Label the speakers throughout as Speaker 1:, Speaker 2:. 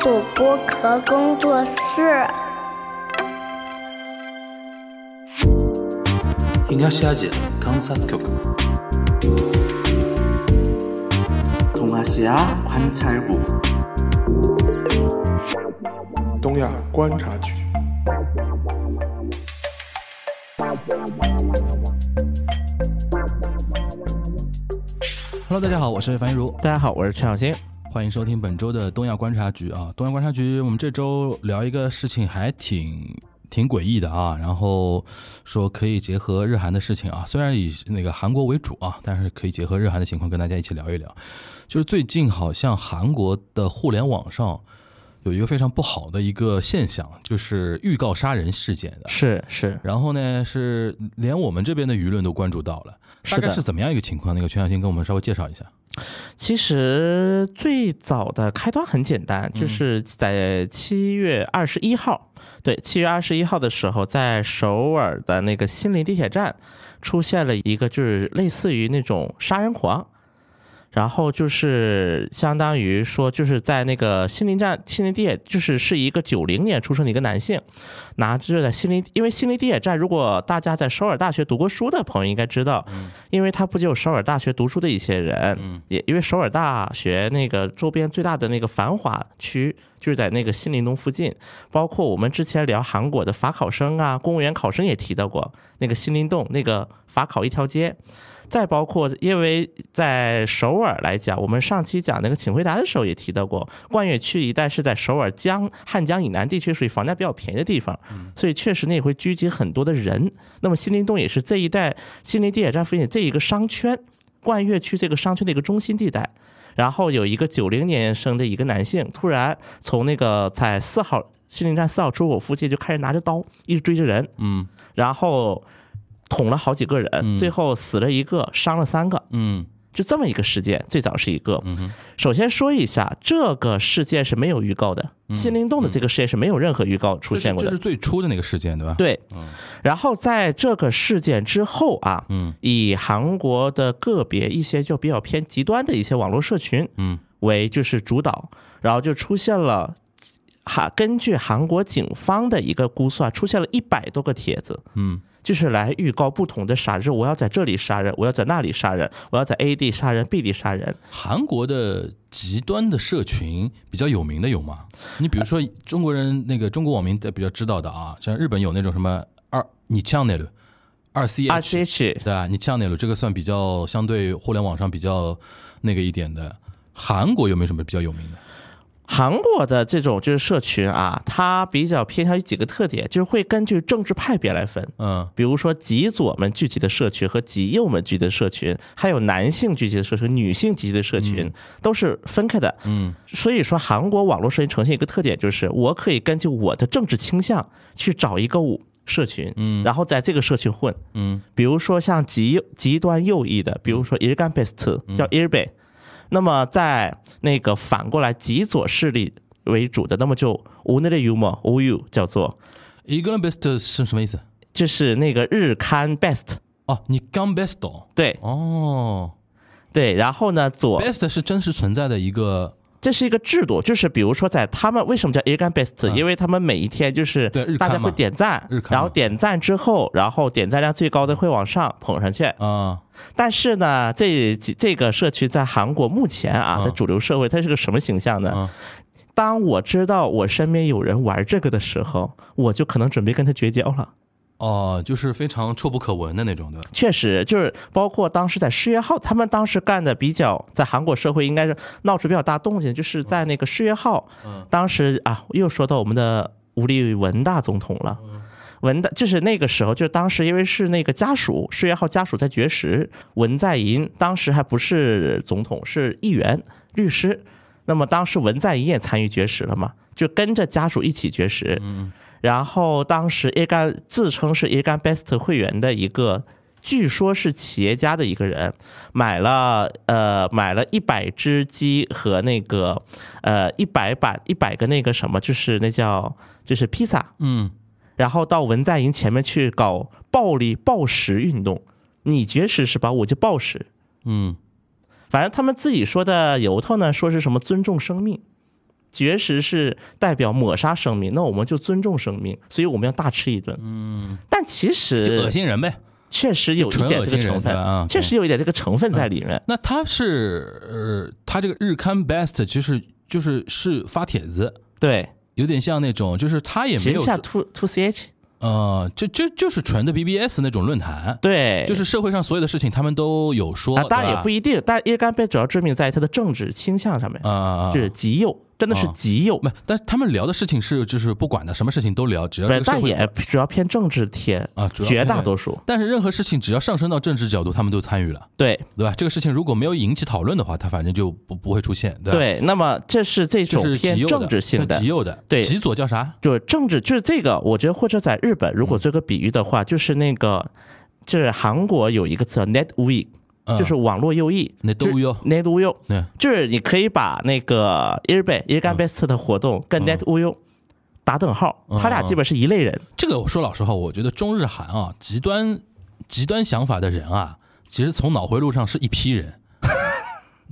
Speaker 1: 主播壳工作室。
Speaker 2: 東アジア観察局
Speaker 3: 동아시아 관찰국
Speaker 4: 东亚观察局。
Speaker 5: Hello，大家好，我是樊一茹，
Speaker 6: 大家好，我是陈小新。
Speaker 5: 欢迎收听本周的东亚观察局啊。东亚观察局，我们这周聊一个事情还挺挺诡异的啊，然后说可以结合日韩的事情啊，虽然以那个韩国为主啊，但是可以结合日韩的情况跟大家一起聊一聊。就是最近好像韩国的互联网上有一个非常不好的一个现象，就是预告杀人事件的。
Speaker 6: 是是
Speaker 5: 然后呢，是连我们这边的舆论都关注到了，大
Speaker 6: 是
Speaker 5: 概
Speaker 6: 的，
Speaker 5: 是怎么样一个情况？那个全小新跟我们稍微介绍一下。
Speaker 6: 其实最早的开端很简单，就是在七月二十一号，对，七月二十一号的时候，在首尔的那个新林地铁站出现了一个就是类似于那种杀人狂。然后就是相当于说，就是在那个新林站、新林地铁，就是是一个九零年出生的一个男性，拿着在新林，因为新林地铁站，如果大家在首尔大学读过书的朋友应该知道，因为他不仅有首尔大学读书的一些人，也因为首尔大学那个周边最大的那个繁华区就是在那个新林东附近，包括我们之前聊韩国的法考生啊、公务员考生也提到过那个新林洞那个法考一条街。再包括，因为在首尔来讲，我们上期讲那个请回答的时候也提到过，冠岳区一带是在首尔江汉江以南地区，属于房价比较便宜的地方，
Speaker 5: 嗯
Speaker 6: 所以确实那也会聚集很多的人。那么新林洞也是这一带新林地铁站附近这一个商圈，冠岳区这个商圈的一个中心地带。然后有一个九零年生的一个男性，突然从那个在四号新林站四号出口附近就开始拿着刀一直追着人，
Speaker 5: 嗯
Speaker 6: 然后捅了好几个人，
Speaker 5: 嗯
Speaker 6: 最后死了一个，伤了三个，
Speaker 5: 嗯
Speaker 6: 就这么一个事件。最早是一个，
Speaker 5: 嗯哼
Speaker 6: 首先说一下，这个事件是没有预告的，
Speaker 5: 嗯
Speaker 6: 新灵动的这个事件是没有任何预告出现过
Speaker 5: 这
Speaker 6: 的
Speaker 5: 是。最初的那个事件，对吧？，
Speaker 6: 对，然后在这个事件之后啊，
Speaker 5: 嗯
Speaker 6: 以韩国的个别一些就比较偏极端的一些网络社群
Speaker 5: 嗯
Speaker 6: 为就是主导，然后就出现了。韩根据韩国警方的一个估算，出现了一百多个帖子，
Speaker 5: 嗯
Speaker 6: 就是来预告不同的杀人。我要在这里杀人，我要在那里杀人，我要在 A 地杀人，B 地杀人。
Speaker 5: 韩国的极端的社群比较有名的有吗？你比如说中国人那个中国网民的比较知道的啊，像日本有那种什么二你呛那路，二 C
Speaker 6: R C H
Speaker 5: 对啊吧？你呛那路这个算比较相对互联网上比较那个一点的。韩国有没有什么比较有名的？
Speaker 6: 韩国的这种就是社群啊，它比较偏向于几个特点，就是会根据政治派别来分。
Speaker 5: 嗯
Speaker 6: 比如说极左们聚集的社群和极右们聚集的社群，还有男性聚集的社群、女性聚集的社群，都是分开的。
Speaker 5: 嗯，
Speaker 6: 所以说韩国网络社群呈现一个特点，就是我可以根据我的政治倾向去找一个我社群，嗯，然后在这个社群混，
Speaker 5: 嗯，
Speaker 6: 比如说像极极端右翼的，比如说 i r g a n b e s t
Speaker 5: 嗯
Speaker 6: 叫 i r b e 那么在那个反过来极左势力为主的，那么就 u n i r y u m o o u 叫做，
Speaker 5: 一个 best 是什么意思？
Speaker 6: 就是那个日刊 best，
Speaker 5: 哦，你刚 best 哦
Speaker 6: 对
Speaker 5: 哦
Speaker 6: 对，然后呢左
Speaker 5: ，best 是真实存在的一个
Speaker 6: 这是一个制度，就是比如说在他们为什么叫 i r g a n Best，、
Speaker 5: 嗯
Speaker 6: 因为他们每一天就是
Speaker 5: 对日刊
Speaker 6: 大
Speaker 5: 嘛
Speaker 6: 家会点赞
Speaker 5: 日，刊嘛
Speaker 6: 然后点赞之后，然后点赞量最高的会往上捧上去。
Speaker 5: 啊，
Speaker 6: 但是呢，这几这个社区在韩国目前啊，
Speaker 5: 嗯
Speaker 6: 在主流社会它是个什么形象呢？
Speaker 5: 嗯
Speaker 6: 当我知道我身边有人玩这个的时候，我就可能准备跟他绝交了。
Speaker 5: 哦，就是非常臭不可闻的那种，对吧？
Speaker 6: 确实，就是包括当时在世越号，他们当时干的比较，在韩国社会应该是闹出比较大动静，就是在那个世越号，当时啊，又说到我们的吴立文大总统了。文大就是那个时候，就是当时因为是那个家属，世越号家属在绝食，文在寅当时还不是总统，是议员、律师。那么当时文在寅也参与绝食了嘛，就跟着家属一起绝食。然后当时 A 干自称是 A 干 Best 会员的一个，据说是企业家的一个人，买了呃买了一百只鸡和那个呃一百版一百个那个什么，就是那叫就是披萨，
Speaker 5: 嗯，
Speaker 6: 然后到文在寅前面去搞暴力暴食运动，你绝食是吧？我就暴食。
Speaker 5: 嗯，
Speaker 6: 反正他们自己说的由头呢，说是什么尊重生命，绝食是代表抹杀生命，那我们就尊重生命，所以我们要大吃一顿。嗯，但其
Speaker 5: 就
Speaker 6: 实
Speaker 5: 恶心人呗。
Speaker 6: 确实有一
Speaker 5: 纯
Speaker 6: 点
Speaker 5: 恶
Speaker 6: 这个
Speaker 5: 心人
Speaker 6: 成分
Speaker 5: 对啊对嗯
Speaker 6: 确实有一点这个成分在里面。
Speaker 5: 那他是呃，他这个日刊 Best 其实就是是发帖子，
Speaker 6: 对，
Speaker 5: 有点像那种，就是他也没
Speaker 6: 其实
Speaker 5: 有
Speaker 6: 像
Speaker 5: 说
Speaker 6: two two ch，
Speaker 5: 呃，就就就是纯的 BBS 那种论坛，
Speaker 6: 对，
Speaker 5: 就是社会上所有的事情他们都有说，
Speaker 6: 啊，哎当然
Speaker 5: 对
Speaker 6: 也
Speaker 5: 吧
Speaker 6: 不一定，但叶干被主要致命在于他的政治倾向上面，
Speaker 5: 啊啊，啊
Speaker 6: 就是极右，真的是
Speaker 5: 啊
Speaker 6: 极右。
Speaker 5: 不，但他们聊的事情是就是不管的什么事情都聊，只要
Speaker 6: 不
Speaker 5: 这个
Speaker 6: 是，
Speaker 5: 社
Speaker 6: 但
Speaker 5: 会
Speaker 6: 也主要偏政治贴
Speaker 5: 啊主要
Speaker 6: 绝
Speaker 5: 偏
Speaker 6: 大
Speaker 5: 政
Speaker 6: 多数
Speaker 5: 但是任何事情只要上升到政治角度，他们都参与了，
Speaker 6: 对
Speaker 5: 对吧？这个事情如果没有引起讨论的话，它反正就不不会出现，对吧？
Speaker 6: 对。那么这是这
Speaker 5: 就
Speaker 6: 种
Speaker 5: 是极
Speaker 6: 偏
Speaker 5: 右的
Speaker 6: 政治性
Speaker 5: 对
Speaker 6: 的
Speaker 5: 极，右的，
Speaker 6: 对
Speaker 5: 极左叫啥？
Speaker 6: 就是政治，就是这个，我觉得或者在日本，如
Speaker 5: 嗯
Speaker 6: 果做个比喻的话，就是那个，就是韩国有一个词 net weak，
Speaker 5: 嗯
Speaker 6: 就是网络右翼
Speaker 5: 那都右，
Speaker 6: net weak，
Speaker 5: 对，
Speaker 6: 就是你可以把那个 i r b e i r g a n b e s 的活动跟 net weak 打等号，
Speaker 5: 嗯
Speaker 6: 他俩基本是一类人。
Speaker 5: 这个我说老实话，我觉得中日韩啊，极端极端想法的人啊，其实从脑回路上是一批 人。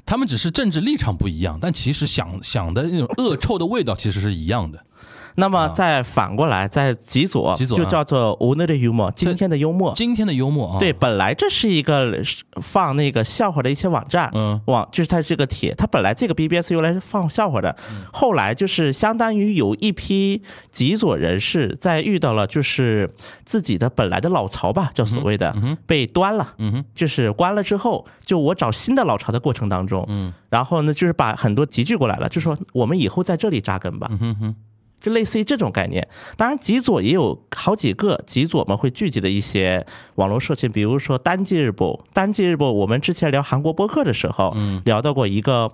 Speaker 5: 他们只是政治立场不一样，但其实想想的那种恶臭的味道其实是一样的。
Speaker 6: 啊那么再反过来，在极左
Speaker 5: 极左啊
Speaker 6: 就叫做 o n e r humor，今天的幽默。
Speaker 5: 今天的幽默啊，
Speaker 6: 对，本来这是一个放那个笑话的一些网站，
Speaker 5: 嗯
Speaker 6: 网就是它这个帖，它本来这个 BBS 用来放笑话的，
Speaker 5: 嗯
Speaker 6: 后来就是相当于有一批极左人士在遇到了就是自己的本来的老巢吧，叫所谓的、被端了，
Speaker 5: 嗯哼
Speaker 6: 就是关了之后，就我找新的老巢的过程当中，嗯，然后呢就是把很多集聚过来了，就说我们以后在这里扎根吧，
Speaker 5: 嗯哼，
Speaker 6: 就类似于这种概念。当然，极左也有好几个极左们会聚集的一些网络社群，比如说单季日报。单季日报，我们之前聊韩国播客的时候，聊到过一个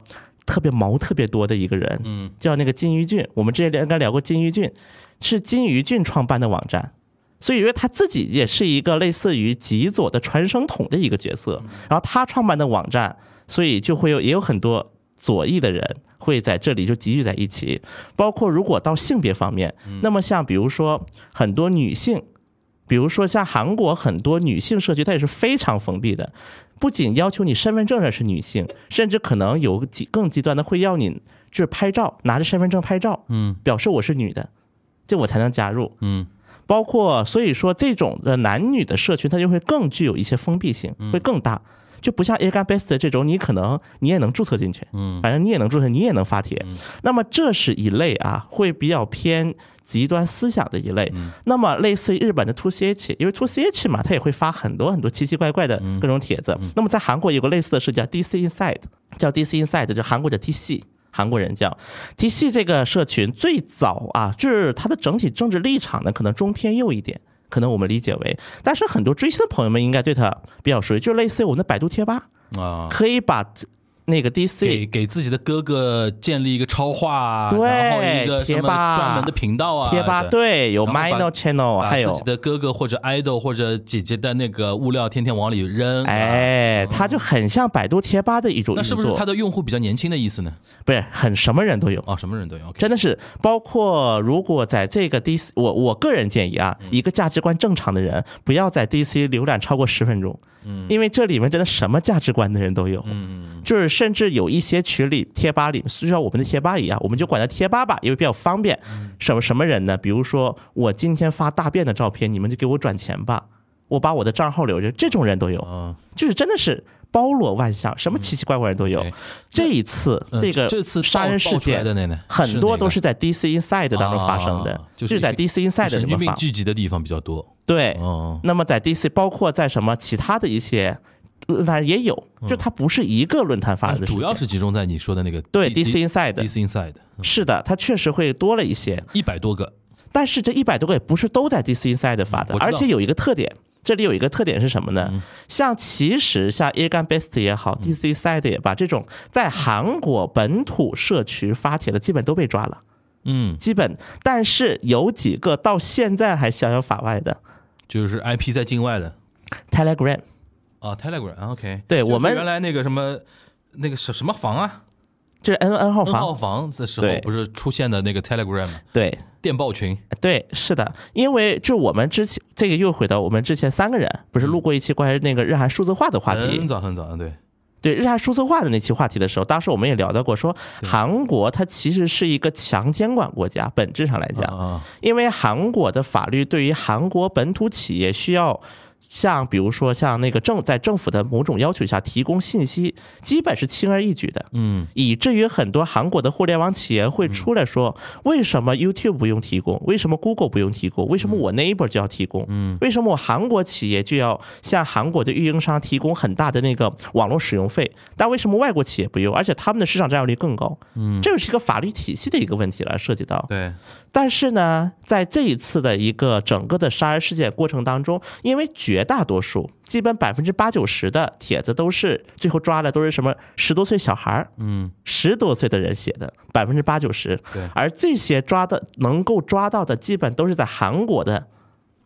Speaker 6: 特别毛特别多的一个人，
Speaker 5: 嗯
Speaker 6: 叫那个金鱼俊。我们之前应该聊过金鱼俊，是金鱼俊创办的网站。所以，因为他自己也是一个类似于极左的传声筒的一个角色，然后他创办的网站，所以就会有也有很多左翼的人会在这里就集聚在一起。包括如果到性别方面，那么像比如说很多女性，比如说像韩国很多女性社区，它也是非常封闭的，不仅要求你身份证上是女性，甚至可能有极更极端的会要你就是拍照，拿着身份证拍照，
Speaker 5: 嗯
Speaker 6: 表示我是女的，这我才能加入。
Speaker 5: 嗯
Speaker 6: 包括所以说这种的男女的社群，它就会更具有一些封闭性，会更大。就不像 a g a b e s t 这种，你可能你也能注册进去，
Speaker 5: 嗯
Speaker 6: 反正你也能注册，你也能发帖。那么这是一类啊，会比较偏极端思想的一类。那么类似于日本的 Two CH，因为 Two CH 嘛，它也会发很多很多奇奇怪怪的各种帖子。那么在韩国有个类似的事叫 DC Inside，叫 DC Inside，就韩国的 T 系。韩国人叫 T 系这个社群最早啊，就是它的整体政治立场呢，可能中偏右一点，可能我们理解为，但是很多追星的朋友们应该对它比较熟悉，就类似于我们的百度贴吧，
Speaker 5: 啊，
Speaker 6: 可以把那个 DC
Speaker 5: 给给自己的哥哥建立一个超话啊，
Speaker 6: 对
Speaker 5: 然后一个
Speaker 6: 贴
Speaker 5: 什么
Speaker 6: 吧
Speaker 5: 专门的频道啊，
Speaker 6: 贴吧，对，有
Speaker 5: 然后把
Speaker 6: Minor Channel，
Speaker 5: 把
Speaker 6: 还
Speaker 5: 自
Speaker 6: 有
Speaker 5: 己。的哥哥或者 idol 或者姐姐的那个物料天天往里扔，啊，
Speaker 6: 哎，它就很像百度贴吧的一种
Speaker 5: 那
Speaker 6: 运
Speaker 5: 是不是
Speaker 6: 作
Speaker 5: 它，的用户比较年轻的意思呢？
Speaker 6: 不是很什么人都有，
Speaker 5: 哦，什么人都有，OK，
Speaker 6: 真的是包括如果在这个 DC，我我个人建议啊，
Speaker 5: 嗯
Speaker 6: 一个价值观正常的人不要在 DC 浏览超过十分钟，
Speaker 5: 嗯
Speaker 6: 因为这里面真的什么价值观的人都有，就是甚至有一些群里贴吧里，就像我们的贴吧一样，我们就管它贴吧吧，因为比较方便。
Speaker 5: 嗯
Speaker 6: 什么什么人呢？比如说我今天发大便的照片，你们就给我转钱吧，我把我的账号留着，这种人都有。
Speaker 5: 啊，
Speaker 6: 就是真的是包罗万象，什么奇奇怪怪的都有
Speaker 5: 嗯对。
Speaker 6: 这一次
Speaker 5: 嗯
Speaker 6: 这个
Speaker 5: 这次
Speaker 6: 杀人
Speaker 5: 爆
Speaker 6: 事
Speaker 5: 爆出来
Speaker 6: 件
Speaker 5: 的那呢
Speaker 6: 很多都
Speaker 5: 是
Speaker 6: 是在 DC Inside 当中发生的
Speaker 5: 啊，
Speaker 6: 就是在
Speaker 5: 就
Speaker 6: DC Inside
Speaker 5: 神
Speaker 6: 里
Speaker 5: 经
Speaker 6: 面
Speaker 5: 病
Speaker 6: 发。
Speaker 5: 聚集的地方比较多，
Speaker 6: 对，
Speaker 5: 哦，
Speaker 6: 那么在 DC 包括在什么其他的一些论坛也有，就它不是一个论坛发
Speaker 5: 嗯但是
Speaker 6: 生的事情，
Speaker 5: 主要是集中在你说的那个
Speaker 6: 对
Speaker 5: D- 嗯
Speaker 6: DC Inside
Speaker 5: DC Inside
Speaker 6: 是的，它确实会多了一些。
Speaker 5: 一百多个，
Speaker 6: 但是这一百多个也不是都在 DC Inside 发
Speaker 5: 嗯
Speaker 6: 的
Speaker 5: 我，知道嗯
Speaker 6: 而且有一个特点，这里有一个特点是什么呢？像其实像 i r g a n Best 也好，DC Inside 也罢，这种在韩国本土社区发帖的，基本都被抓了，
Speaker 5: 嗯，
Speaker 6: 基本。但是有几个到现在还逍遥法外的
Speaker 5: 就是 IP 在境外的
Speaker 6: Telegram，
Speaker 5: 啊，Telegram，OK，
Speaker 6: 对我们
Speaker 5: 原来那个什么那个什什么房啊，
Speaker 6: 这是 N N 号
Speaker 5: N 号
Speaker 6: 哦房，
Speaker 5: 房的时候
Speaker 6: 对
Speaker 5: 不是出现的那个 Telegram 吗
Speaker 6: 对。
Speaker 5: 电报群，
Speaker 6: 对，是的，因为就我们之前
Speaker 5: 嗯
Speaker 6: 这个又回到我们之前三个人不是录过一期关于那个日韩数字化的话题，
Speaker 5: 很早很早，对，
Speaker 6: 对日韩数字化的那期话题的时候，当时我们也聊到过，说韩国它其实是一个强监管国家，本质上来讲，
Speaker 5: 啊，
Speaker 6: 因为韩国的法律对于韩国本土企业需要。像比如说，像那个政在政府的某种要求下提供信息，基本是轻而易举的，
Speaker 5: 嗯，
Speaker 6: 以至于很多韩国的互联网企业会出来说，为什么 YouTube 不用提供，为什么 Google 不用提供，为什么我 Neighbor 就要提供，嗯，为什么我韩国企业就要向韩国的运营商提供很大的那个网络使用费，但为什么外国企业不用，而且他们的市场占有率更高，嗯，这是一个法律体系的一个问题了，涉及到，
Speaker 5: 对，
Speaker 6: 但是呢，在这一次的一个整个的杀人事件过程当中，因为绝大多数，基本百分之八九十的帖子都是最后抓的都是什么十多岁小孩儿，
Speaker 5: 嗯，
Speaker 6: 十多岁的人写的，百分之八九十。
Speaker 5: 对
Speaker 6: 而这些抓的能够抓到的，基本都是在韩国的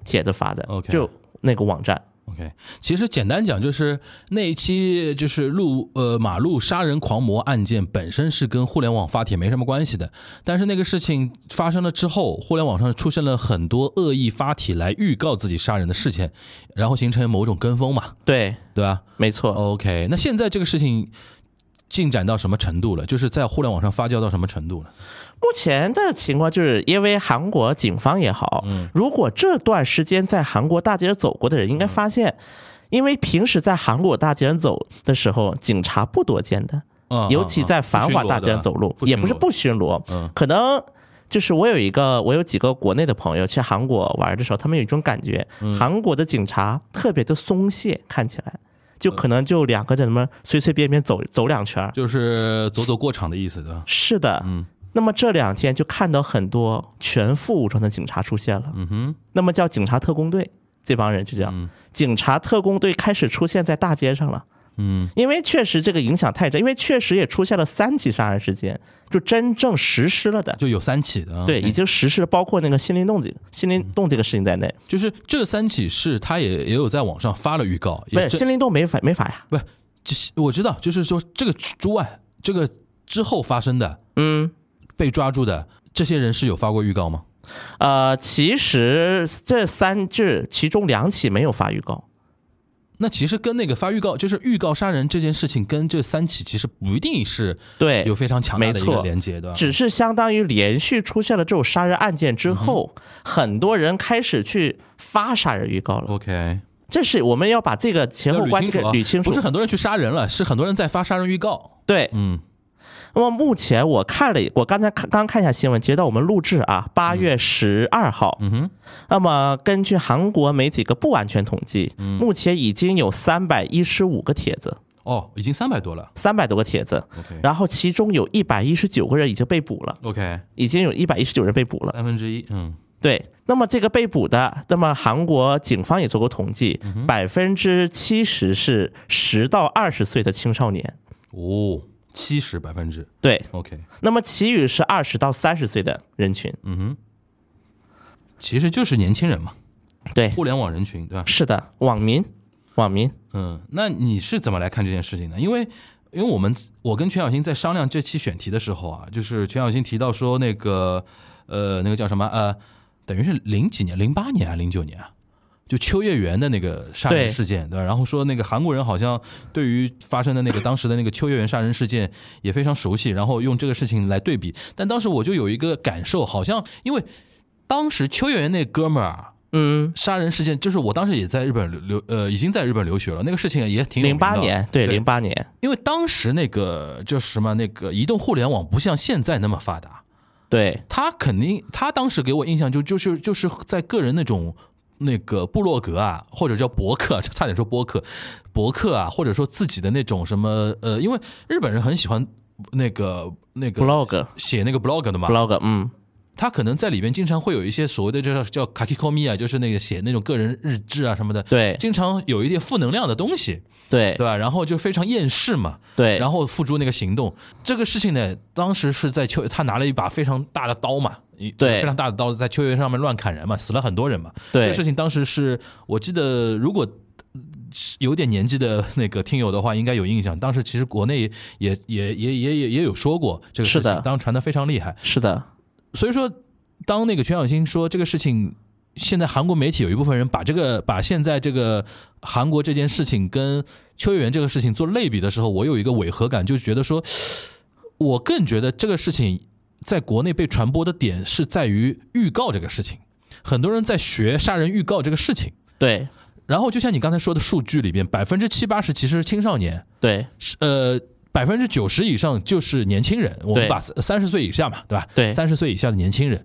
Speaker 6: 帖子发的
Speaker 5: OK
Speaker 6: 就那个网站。
Speaker 5: OK，其实简单讲就是那一期就是路呃马路杀人狂魔案件本身是跟互联网发帖没什么关系的，但是那个事情发生了之后，互联网上出现了很多恶意发帖来预告自己杀人的事件，然后形成某种跟风嘛，
Speaker 6: 对，
Speaker 5: 对吧
Speaker 6: 没错。
Speaker 5: ？OK，那现在这个事情进展到什么程度了？就是在互联网上发酵到什么程度了？
Speaker 6: 目前的情况就是，因为韩国警方也好，如果这段时间在韩国大街上走过的人，应该发现，因为平时在韩国大街上走的时候，警察不多见的，
Speaker 5: 嗯，
Speaker 6: 尤其在繁华大街上
Speaker 5: 上
Speaker 6: 走路，也啊不是不巡逻
Speaker 5: 嗯，
Speaker 6: 可能。就是我有一个，我有几个国内的朋友去韩国玩的时候，他们有一种感觉，韩国的警察特别的松懈，看起来就可能就两个人么随随便便走走两圈儿，
Speaker 5: 就是走走过场的意思，对吧？
Speaker 6: 是的，
Speaker 5: 嗯。
Speaker 6: 那么这两天就看到很多全副武装的警察出现了，
Speaker 5: 嗯哼，
Speaker 6: 那么叫警察特工队，这帮人就叫、警察特工队开始出现在大街上了。
Speaker 5: 嗯，
Speaker 6: 因为确实这个影响太大，因为确实也出现了三起杀人事件，就真正实施了的，
Speaker 5: 就啊哎有三起的，嗯
Speaker 6: 对，已经实施了，包括那个心灵动静、心灵动这个事情在内，
Speaker 5: 就是这三起事，他也也有在网上发了预告，
Speaker 6: 不
Speaker 5: 也
Speaker 6: 是
Speaker 5: 这
Speaker 6: 心灵动没法没法呀，
Speaker 5: 不是，就是我知道，就是说这个之外，这个之后发生的
Speaker 6: 嗯，
Speaker 5: 被抓住的这些人是有发过预告吗？
Speaker 6: 呃，其实这三至其中两起没有发预告，
Speaker 5: 那其实跟那个发预告，就是预告杀人这件事情，跟这三起其实不一定是
Speaker 6: 对，
Speaker 5: 有非常强大的一
Speaker 6: 没
Speaker 5: 个
Speaker 6: 错
Speaker 5: 连接，对吧？
Speaker 6: 只是相当于连续出现了这种杀人案件之后，
Speaker 5: 嗯
Speaker 6: 很多人开始去发杀人预告了。
Speaker 5: OK，
Speaker 6: 这是我们要把这个前后
Speaker 5: 要
Speaker 6: 关
Speaker 5: 捋
Speaker 6: 系
Speaker 5: 清
Speaker 6: 给
Speaker 5: 楚啊，
Speaker 6: 捋清楚。
Speaker 5: 不是很多人去杀人了，是很多人在发杀人预告。
Speaker 6: 对，
Speaker 5: 嗯
Speaker 6: 那么目前我看了，我刚才看刚看一下新闻，截到我们录制啊，八月十二号。
Speaker 5: 嗯哼，
Speaker 6: 那么根据韩国媒体个不完全统计，
Speaker 5: 嗯
Speaker 6: 目前已经有三百一十五个帖子，
Speaker 5: 哦，已经三百多了。
Speaker 6: 三百多个帖子，
Speaker 5: OK
Speaker 6: 然后其中有一百一十九个人已经被捕了，
Speaker 5: OK，
Speaker 6: 已经有一百一十九人被捕了。
Speaker 5: 三分之一。嗯
Speaker 6: 对，那么这个被捕的，那么韩国警方也做过统计，
Speaker 5: 嗯
Speaker 6: 百分之七十是十到二十岁的青少年，
Speaker 5: 哦，七十百分之。
Speaker 6: 对，
Speaker 5: OK，
Speaker 6: 那么其余是二十到三十岁的人群，
Speaker 5: 嗯哼，其实就是年轻人嘛，
Speaker 6: 对，
Speaker 5: 互联网人群，对吧？
Speaker 6: 是的，网民，网民，
Speaker 5: 嗯，那你是怎么来看这件事情呢？因为，因为我们我跟全小新在商量这期选题的时候啊，就是全小新提到说那个，呃，那个叫什么呃，等于是零几年，零八年还是零九年啊？就秋叶原的那个杀人
Speaker 6: 对
Speaker 5: 事件，对吧？然后说那个韩国人好像对于发生的那个当时的那个秋叶原杀人事件也非常熟悉，然后用这个事情来对比。但当时我就有一个感受，好像因为当时秋叶原那哥们儿啊，
Speaker 6: 嗯，
Speaker 5: 杀人事件，就是我当时也在日本留留呃，已经在日本留学了，那个事情也挺有
Speaker 6: 零
Speaker 5: 名的
Speaker 6: 八年，对，零，八年，
Speaker 5: 因为当时那个就是什么那个移动互联网不像现在那么发达，
Speaker 6: 对，
Speaker 5: 他肯定他当时给我印象就就是就是在个人那种。那个部落格啊，或者叫博客，差点说播客，博客啊，或者说自己的那种什么呃，因为日本人很喜欢那个那个
Speaker 6: blog，blog，
Speaker 5: 写那个 blog 的嘛，
Speaker 6: 嗯，
Speaker 5: 他可能在里面经常会有一些所谓的叫叫卡 a k i k o m i 啊，就是那个写那种个人日志啊什么的，
Speaker 6: 对，
Speaker 5: 经常有一点负能量的东西，
Speaker 6: 对
Speaker 5: 对，吧？然后就非常厌世嘛，
Speaker 6: 对，
Speaker 5: 然后付诸那个行动。这个事情呢，当时是在秋，他拿了一把非常大的刀嘛，一
Speaker 6: 对
Speaker 5: 非常大的刀在秋叶原上面乱砍人嘛，死了很多人嘛。这
Speaker 6: 对
Speaker 5: 个事，情当时是我记得，如果呃是有点年纪的那个听友的话，应该有印象。当时其实国内也也也也也也有说过这个事
Speaker 6: 是的
Speaker 5: 情，当时传的非常厉害。
Speaker 6: 是的，
Speaker 5: 所以说，当那个全小新说这个事情现在韩国媒体有一部分人把这个把现在这个韩国这件事情跟秋叶原这个事情做类比的时候，我有一个违和感，就觉得说，我更觉得这个事情在国内被传播的点是在于预告这个事情，很多人在学杀人预告这个事情。
Speaker 6: 对
Speaker 5: 然后就像你刚才说的数据里边，百分之七八十其实是青少年，
Speaker 6: 对
Speaker 5: 是呃百分之九十以上就是年轻人，我们
Speaker 6: 对
Speaker 5: 把三十岁以下嘛，对吧？
Speaker 6: 对
Speaker 5: 三十岁以下的年轻人。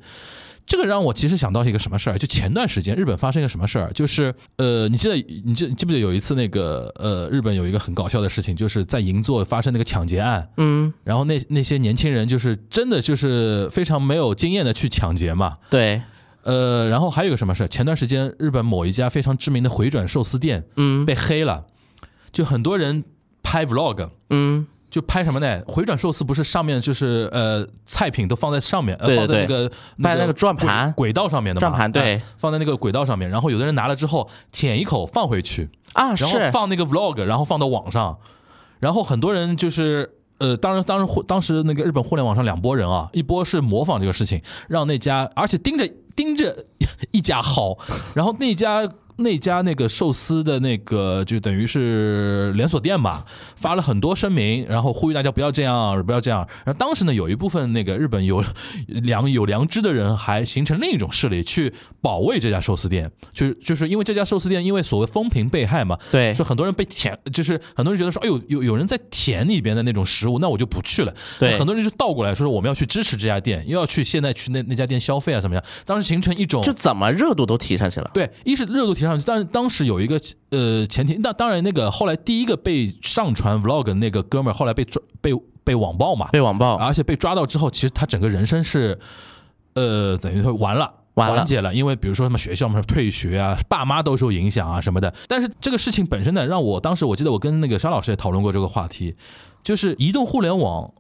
Speaker 5: 这个让我其实想到一个什么事儿，就前段时间日本发生一个什么事儿，就是呃，你记得你记记不记得有一次那个呃，日本有一个很搞笑的事情，就是在银座发生那个抢劫案，
Speaker 6: 嗯
Speaker 5: 然后那那些年轻人就是真的就是非常没有经验的去抢劫嘛，
Speaker 6: 对
Speaker 5: 呃，然后还有个什么事儿？前段时间日本某一家非常知名的回转寿司店
Speaker 6: 嗯
Speaker 5: 被黑了，就很多人拍 vlog，
Speaker 6: 嗯
Speaker 5: 就拍什么呢？回转寿司不是上面就是呃菜品都放在上面，呃
Speaker 6: 对
Speaker 5: 放在那
Speaker 6: 对
Speaker 5: 个
Speaker 6: 摆那个转
Speaker 5: 轨
Speaker 6: 盘
Speaker 5: 轨道上面的嘛
Speaker 6: 转盘对
Speaker 5: 哎放在那个轨道上面，然后有的人拿了之后舔一口放回去，
Speaker 6: 啊
Speaker 5: 然后
Speaker 6: 是
Speaker 5: 放那个 vlog，然后放到网上，然后很多人就是。呃，当然，当然，互当时那个日本互联网上两拨人啊，一波是模仿这个事情，让那家，而且盯着盯着 一家薅，然后那家那家那个寿司的那个就等于是连锁店吧，发了很多声明，然后呼吁大家不要这样，不要这样。然后当时呢，有一部分那个日本有良有良知的人，还形成另一种势力去保卫这家寿司店，就是就是因为这家寿司店因为所谓风评被害嘛，
Speaker 6: 对
Speaker 5: 说很多人被舔，就是很多人觉得说，哎呦，有有人在舔里边的那种食物，那我就不去了。
Speaker 6: 对
Speaker 5: 很多人就倒过来说，我们要去支持这家店，又要去现在去那那家店消费啊，什么样？当时形成一种
Speaker 6: 就怎么热度都提上去了，
Speaker 5: 对，一是热度提上去，但是当时有一个呃前提，那当然那个后来第一个被上传 vlog 的那个哥们儿后来被抓被被网暴嘛，
Speaker 6: 被网暴
Speaker 5: 啊而且被抓到之后，其实他整个人生是，呃，等于说完了。
Speaker 6: 完了
Speaker 5: 完结了，因为比如说什么学校嘛，退学啊，爸妈都受影响啊什么的。但是这个事情本身呢，让我当时我记得我跟那个沙老师也讨论过这个话题，就是移动互联网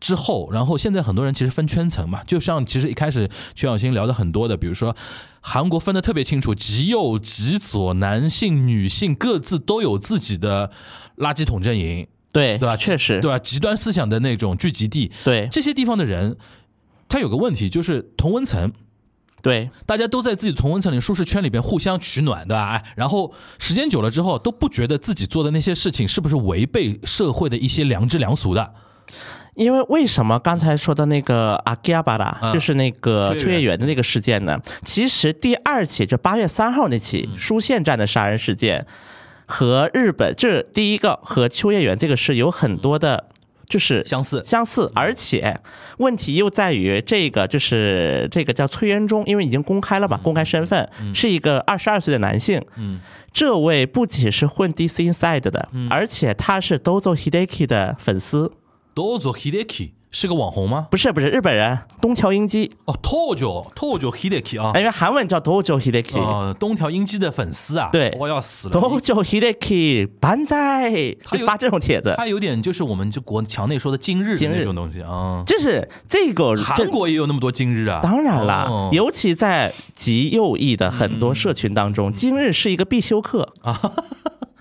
Speaker 5: 之后，然后现在很多人其实分圈层嘛，就像其实一开始曲小新聊的很多的，比如说韩国分的特别清楚，极右、极左、男性、女性各自都有自己的垃圾桶阵营，
Speaker 6: 对
Speaker 5: 对吧？
Speaker 6: 确实
Speaker 5: 对吧？极端思想的那种聚集地，
Speaker 6: 对
Speaker 5: 这些地方的人，他有个问题，就是同温层，
Speaker 6: 对
Speaker 5: 大家都在自己的同温层里、舒适圈里边互相取暖，对吧？哎，然后时间久了之后，都不觉得自己做的那些事情是不是违背社会的一些良知良俗的。
Speaker 6: 因为为什么刚才说的那个阿基亚巴
Speaker 5: 嗯
Speaker 6: 达，就是那个
Speaker 5: 秋叶原
Speaker 6: 秋叶原的那个事件呢？其实第二起，就八月三号那起
Speaker 5: 嗯
Speaker 6: 书县站的杀人事件，和日本这第一个和秋叶原这个是有很多的，就是
Speaker 5: 相似嗯
Speaker 6: 相似，而且问题又在于这个就是这个叫崔元忠，因为已经公开了
Speaker 5: 嗯
Speaker 6: 嘛，公开身份是一个二十二岁的男性。嗯，这位不仅是混 DC Inside 的，
Speaker 5: 嗯
Speaker 6: 而且他是 Dozo Hideki 的粉丝。
Speaker 5: Dojo Hideki 是个网红吗？
Speaker 6: 不是不是日本人，东条英机，
Speaker 5: 哦，Tojo Tojo Hideki 啊
Speaker 6: 哎，因为韩文叫 Dojo Hideki，Dojo
Speaker 5: 呃，东条英机的粉丝啊，
Speaker 6: 哎对
Speaker 5: 我要死了。
Speaker 6: Hideki banzai，
Speaker 5: 他有
Speaker 6: 就发这种帖子，
Speaker 5: 他有点就是我们就国墙内说的今日的
Speaker 6: 今日
Speaker 5: 那种东西啊。
Speaker 6: 就是这个
Speaker 5: 韩
Speaker 6: 这
Speaker 5: 国也有那么多今日啊，
Speaker 6: 当然啦
Speaker 5: 哦，
Speaker 6: 尤其在极右翼的很多社群当
Speaker 5: 嗯
Speaker 6: 中，今日是一个必修课，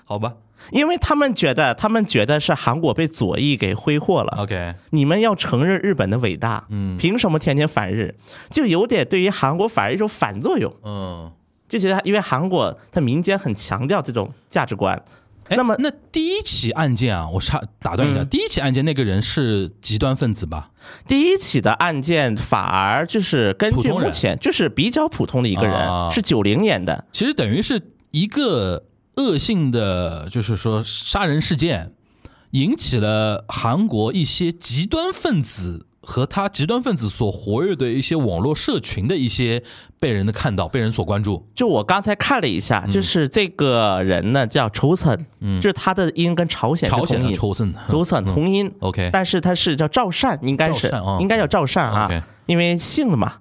Speaker 5: 好吧
Speaker 6: 因为他们觉得他们觉得是韩国被左翼给挥霍了，
Speaker 5: ，OK，
Speaker 6: 你们要承认日本的伟大，
Speaker 5: 嗯
Speaker 6: 凭什么天天反日？就有点对于韩国反而一种反作用，
Speaker 5: 嗯。
Speaker 6: 就觉得因为韩国它民间很强调这种价值观，
Speaker 5: 哎
Speaker 6: 那么
Speaker 5: 那第一起案件啊，我插打断一下，
Speaker 6: 呃嗯
Speaker 5: 第一起案件那个人是极端分子吧？
Speaker 6: 第一起的案件反而就是根
Speaker 5: 普
Speaker 6: 据
Speaker 5: 通人
Speaker 6: 目前就是比较普通的一个人，
Speaker 5: 啊
Speaker 6: 是九零年的，
Speaker 5: 其实等于是一个恶性的，就是说杀人事件，引起了韩国一些极端分子和他极端分子所活跃的一些网络社群的一些被人的看到，被人所关注。
Speaker 6: 就我刚才看了一下，
Speaker 5: 嗯
Speaker 6: 就是这个人呢叫仇岑，就是他的音跟朝鲜是
Speaker 5: 朝鲜
Speaker 6: 哎同
Speaker 5: 的
Speaker 6: 音，
Speaker 5: 仇恨，
Speaker 6: 仇岑同音。
Speaker 5: OK
Speaker 6: 但是他是叫赵善，应该是
Speaker 5: 赵善啊
Speaker 6: 应该叫赵善啊
Speaker 5: OK，
Speaker 6: 因为姓了嘛。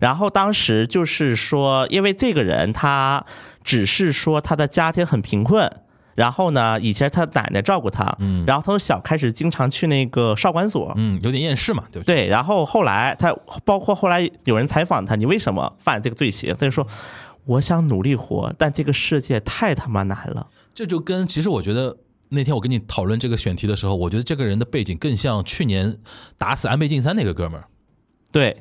Speaker 6: 然后当时就是说，因为这个人他只是说他的家庭很贫困。然后呢，以前他奶奶照顾他，然后他从小开始经常去那个少管所，
Speaker 5: 嗯，有点厌世嘛，对不对？
Speaker 6: 对，然后后来他，包括后来有人采访他，你为什么犯这个罪行？他就说，我想努力活，但这个世界太他妈难了。
Speaker 5: 这就跟其实我觉得那天我跟你讨论这个选题的时候，我觉得这个人的背景更像去年打死安倍晋三那个哥们儿。
Speaker 6: 对，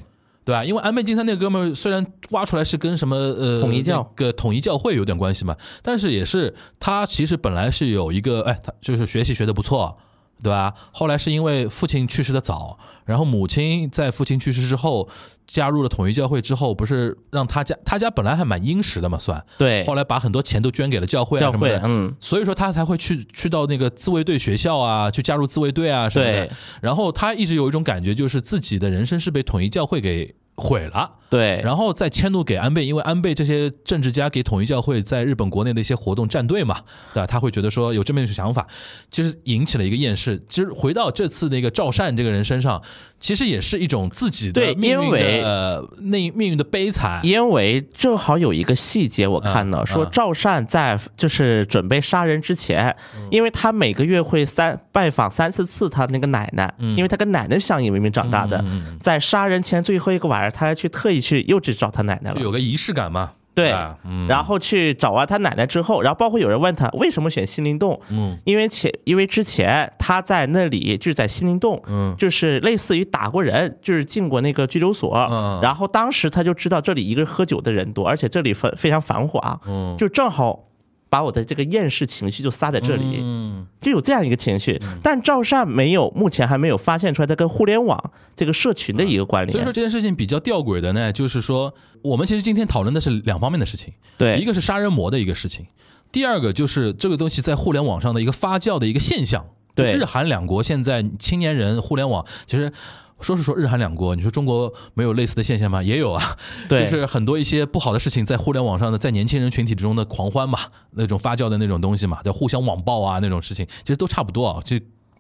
Speaker 5: 对啊吧？因为安倍晋三那个哥们儿虽然挖出来是跟什么呃
Speaker 6: 统一教
Speaker 5: 那个统一教会有点关系嘛，但是也是他其实本来是有一个哎，他就是学习学的不错，对吧？后来是因为父亲去世的早，然后母亲在父亲去世之后加入了统一教会之后，不是让他家他家本来还蛮殷实的嘛，算
Speaker 6: 对，
Speaker 5: 后来把很多钱都捐给了教会啊
Speaker 6: 哎教
Speaker 5: 什么
Speaker 6: 会
Speaker 5: 的，，
Speaker 6: 嗯，
Speaker 5: 所以说他才会去去到那个自卫队学校啊，去加入自卫队啊什么的
Speaker 6: 对。
Speaker 5: 然后他一直有一种感觉，就是自己的人生是被统一教会给毁了。
Speaker 6: 对，
Speaker 5: 然后再迁怒给安倍，因为安倍这些政治家给统一教会在日本国内的一些活动站队嘛，对吧？他会觉得说有这么一种想法，其实引起了一个厌世。其实回到这次那个赵善这个人身上，其实也是一种自己的
Speaker 6: 对
Speaker 5: 命运的
Speaker 6: 因为
Speaker 5: 呃那命运的悲惨。
Speaker 6: 因为正好有一个细节我看到，
Speaker 5: 嗯
Speaker 6: 说
Speaker 5: 嗯
Speaker 6: 赵善在就是准备杀人之前，
Speaker 5: 嗯
Speaker 6: 因为他每个月会三拜访三四次他那个奶奶，
Speaker 5: 嗯
Speaker 6: 因为他跟奶奶相依为命长大的，在杀人前最后一个晚上，他还去特意去又去找他奶奶
Speaker 5: 就
Speaker 6: 了，
Speaker 5: 有个仪式感嘛，
Speaker 6: 对
Speaker 5: 吧，嗯，
Speaker 6: 然后去找完他奶奶之后，然后包括有人问他为什么选新林洞，
Speaker 5: 嗯，
Speaker 6: 因为前因为之前他在那里就是在新林洞，
Speaker 5: 嗯
Speaker 6: 就是类似于打过人，就是进过那个拘留所，
Speaker 5: 嗯嗯
Speaker 6: 然后当时他就知道这里一个喝酒的人多，而且这里非非常繁华，
Speaker 5: 嗯
Speaker 6: 就正好把我的这个厌世情绪就撒在这里，
Speaker 5: 嗯
Speaker 6: 就有这样一个情绪。但赵善没有，目前还没有发现出来他跟互联网这个社群的一个关
Speaker 5: 嗯所以
Speaker 6: 联。
Speaker 5: 说这件事情比较吊诡的呢，就是说我们其实今天讨论的是两方面的事情，
Speaker 6: 对，
Speaker 5: 一个是杀人魔的一个事情，第二个就是这个东西在互联网上的一个发酵的一个现象。
Speaker 6: 对
Speaker 5: 日韩两国现在青年人互联网其实。说是说日韩两国，你说中国没有类似的现象吗？也有啊，
Speaker 6: 对
Speaker 5: 就是很多一些不好的事情在互联网上的，在年轻人群体之中的狂欢嘛，那种发酵的那种东西嘛，叫互相网暴啊那种事情，其实都差不多啊，就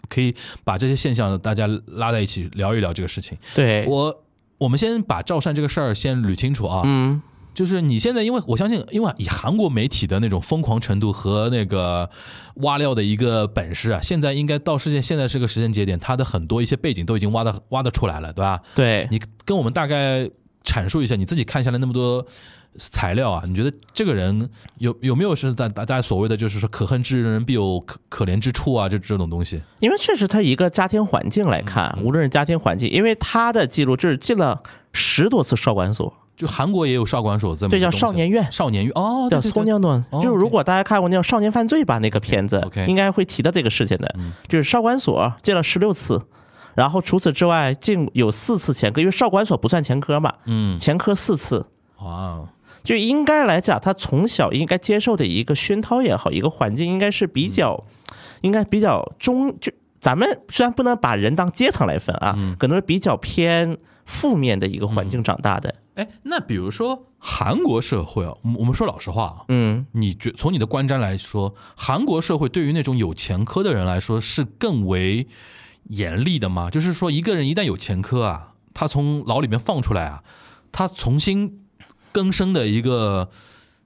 Speaker 5: 可以把这些现象大家拉在一起聊一聊这个事情。
Speaker 6: 对，
Speaker 5: 我我们先把赵善这个事儿先捋清楚啊，
Speaker 6: 嗯，
Speaker 5: 就是你现在，因为我相信，因为以韩国媒体的那种疯狂程度和那个挖料的一个本事啊，现在应该到世界现在这个时间节点，它的很多一些背景都已经挖的挖的出来了，对吧？
Speaker 6: 对，
Speaker 5: 你跟我们大概阐述一下，你自己看下来那么多材料啊，你觉得这个人有有没有是大大家所谓的就是说可恨之人必有可可怜之处啊，这这种东西？
Speaker 6: 因为确实他一个家庭环境来
Speaker 5: 嗯
Speaker 6: 看，无论是家庭环境，因为他的记录就是进了十多次少管所，
Speaker 5: 就韩国也嗯有少管所这么
Speaker 6: 这
Speaker 5: 一个
Speaker 6: 叫
Speaker 5: 东西啊
Speaker 6: 少年院
Speaker 5: 少年院哦，
Speaker 6: 叫
Speaker 5: 对对对
Speaker 6: 소년원，
Speaker 5: 哦
Speaker 6: 就是
Speaker 5: OK
Speaker 6: 如果大家看过那叫《少年犯罪》吧，那个片子
Speaker 5: OK，OK
Speaker 6: 应该会提到这个事情的，
Speaker 5: 嗯
Speaker 6: 就是少管所进了十六次。然后除此之外，竟有四次前科，因为少管所不算前科嘛，
Speaker 5: 嗯，
Speaker 6: 前科四次，
Speaker 5: 哇，哦
Speaker 6: 就应该来讲，他从小应该接受的一个熏陶也好，一个环境应该是比较，
Speaker 5: 嗯
Speaker 6: 应该比较中，就咱们虽然不能把人当阶层来分啊，
Speaker 5: 嗯
Speaker 6: 可能是比较偏负面的一个环境长大的，
Speaker 5: 哎，那比如说韩国社会啊，我们我们说老实话啊，
Speaker 6: 嗯，
Speaker 5: 你觉从你的观瞻来说，韩国社会对于那种有前科的人来说是更为严厉的吗？就是说，一个人一旦有前科啊，他从牢里面放出来啊，他重新更生的一个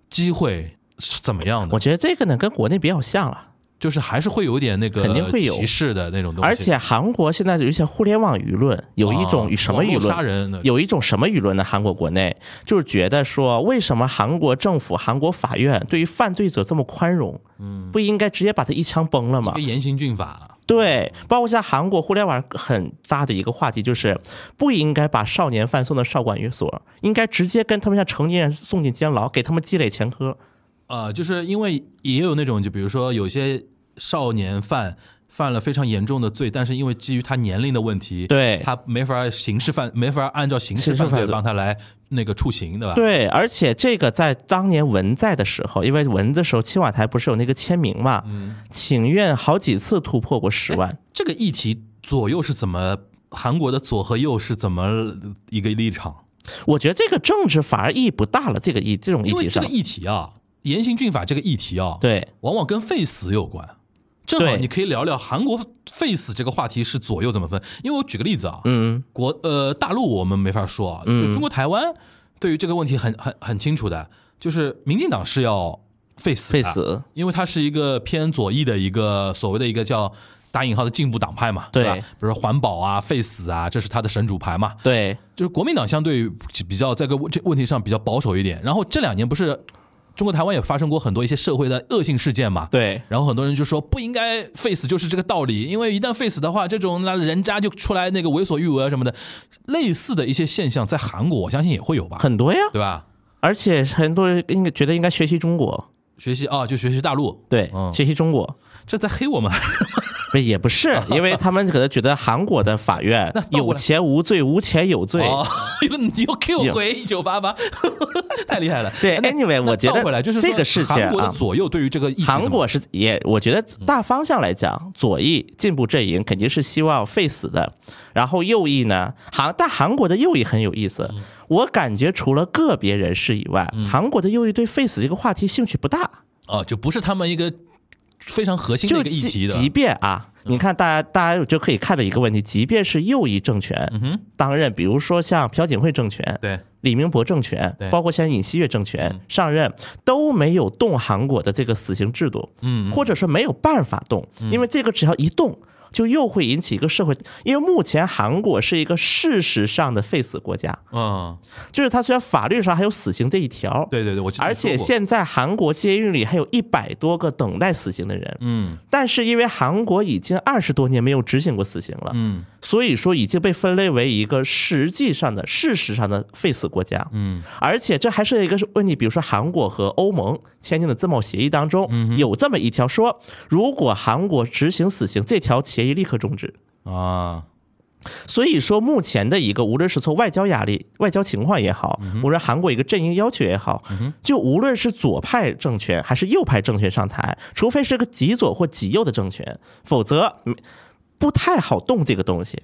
Speaker 5: 机会是怎么样
Speaker 6: 我
Speaker 5: 的？
Speaker 6: 觉得这个呢跟国内比较像啊了。
Speaker 5: 就是还是会有一点那个
Speaker 6: 肯定会有
Speaker 5: 歧视的那种东西，
Speaker 6: 而且韩国现在有一些互联网舆论，有一种
Speaker 5: 啊
Speaker 6: 什么舆
Speaker 5: 网络杀
Speaker 6: 论？
Speaker 5: 人的
Speaker 6: 有一种什么舆论呢？韩国国内就是觉得说，为什么韩国政府、韩国法院对于犯罪者这么宽容？嗯，不应该直接把他一枪崩了吗
Speaker 5: 一个？严刑峻法，啊
Speaker 6: 对，包括像韩国互联网很大的一个话题就是，不应该把少年犯送到少管所，应该直接跟他们像成年人送进监牢，给他们积累前科。
Speaker 5: 呃，就是因为也有那种，就比如说有些少年犯犯了非常严重的罪，但是因为基于他年龄的问题，
Speaker 6: 对
Speaker 5: 他没法刑事犯，没法按照刑事
Speaker 6: 刑事
Speaker 5: 犯罪
Speaker 6: 犯罪
Speaker 5: 帮他来那个处刑，对吧？，
Speaker 6: 对，而且这个在当年文在的时候，因为文的时候青瓦台不是有那个签名嘛，请愿好几次突破过十万。
Speaker 5: 这个议题左右是怎么？韩国的左和右是怎么一个立场？
Speaker 6: 我觉得这个政治反而意义不大了，这个议这种议
Speaker 5: 因为
Speaker 6: 题
Speaker 5: 这
Speaker 6: 上
Speaker 5: 个，议题啊，严刑峻法这个议题啊，，
Speaker 6: 对
Speaker 5: 往往跟废死有关。正好
Speaker 6: 对
Speaker 5: 你可以聊聊韩国废死这个话题是左右怎么分。因为我举个例子啊，
Speaker 6: 嗯，
Speaker 5: 国呃大陆我们没法说啊，就中国台湾对于这个问题很很很清楚的，就是民进党是要废死的
Speaker 6: 废死，
Speaker 5: 因为它是一个偏左翼的一个所谓的一个叫打引号的进步党派嘛，
Speaker 6: 对
Speaker 5: 吧？比如说环保啊、废死啊，这是它的神主牌嘛。
Speaker 6: 对
Speaker 5: 就是国民党相对于比较在个问这问题上比较保守一点，然后这两年不是。中国台湾也发生过很多一些社会的恶性事件嘛。
Speaker 6: 对，
Speaker 5: 然后很多人就说不应该 face 就是这个道理，因为一旦 face 的话，这种那人渣就出来那个为所欲为啊什么的，类似的一些现象在韩国我相信也会有吧，
Speaker 6: 很多呀，
Speaker 5: 对吧？
Speaker 6: 而且很多人应该觉得应该学习中国，
Speaker 5: 学习啊，就学习大陆，
Speaker 6: 对，
Speaker 5: 嗯
Speaker 6: 学习中国，
Speaker 5: 这在黑我们，
Speaker 6: 不是也不
Speaker 5: 啊
Speaker 6: 是，因为他们可能觉得韩国的法院
Speaker 5: 过来
Speaker 6: 有钱无罪，无钱有罪。
Speaker 5: 哦，又又 Q
Speaker 6: 有
Speaker 5: 回一九八八，太厉害了。
Speaker 6: 对
Speaker 5: 那
Speaker 6: ，anyway，
Speaker 5: 那
Speaker 6: 我觉
Speaker 5: 倒回来
Speaker 6: 得
Speaker 5: 就是
Speaker 6: 这
Speaker 5: 说
Speaker 6: 个事情
Speaker 5: 韩国的
Speaker 6: 啊，
Speaker 5: 左右对于这个议题怎么，
Speaker 6: 韩国是也，我觉得大方向来
Speaker 5: 嗯
Speaker 6: 讲，左翼进步阵营肯定是希望 face 的，然后右翼呢，韩但韩国的右翼很有意思，
Speaker 5: 嗯
Speaker 6: 我感觉除了个别人士以外，韩国的右翼对 face 这个话题兴趣不大。
Speaker 5: 哦，就不是他们一个非常核心的
Speaker 6: 就
Speaker 5: 一个议
Speaker 6: 即
Speaker 5: 题的，嗯
Speaker 6: 即便啊，你看大家大家就可以看到一个问题，即便是右翼政权、
Speaker 5: 嗯
Speaker 6: 当任，比如说像朴槿惠政权、
Speaker 5: 对，
Speaker 6: 李明博政权
Speaker 5: 对，嗯
Speaker 6: 包括像尹锡悦政权、上任，都没有动韩国的这个死刑制度，嗯，或者说没有办法动，
Speaker 5: 嗯
Speaker 6: 因为这个只要一动。就又会引起一个社会，因为目前韩国是一个事实上的废死国家，
Speaker 5: 嗯，
Speaker 6: 就是它虽然法律上还有死刑这一条，
Speaker 5: 对对对，我记得
Speaker 6: 而
Speaker 5: 你说
Speaker 6: 且
Speaker 5: 过
Speaker 6: 现在韩国监狱里还有一百多个等待死刑的人，
Speaker 5: 嗯
Speaker 6: 但是因为韩国已经二十多年没有执行过死刑了，
Speaker 5: 嗯
Speaker 6: 所以说已经被分类为一个实际上的、事实上的废死国家。
Speaker 5: 嗯，
Speaker 6: 而且这还是一个问题，比如说韩国和欧盟签订的自贸协议当中有这么一条说，如果韩国执行死刑，这条协议立刻终止。
Speaker 5: 啊，
Speaker 6: 所以说，目前的一个无论是从外交压力、外交情况也好，无论韩国一个阵营要求也好，就无论是左派政权还是右派政权上台，除非是个极左或极右的政权，否则嗯不太好动这个东西。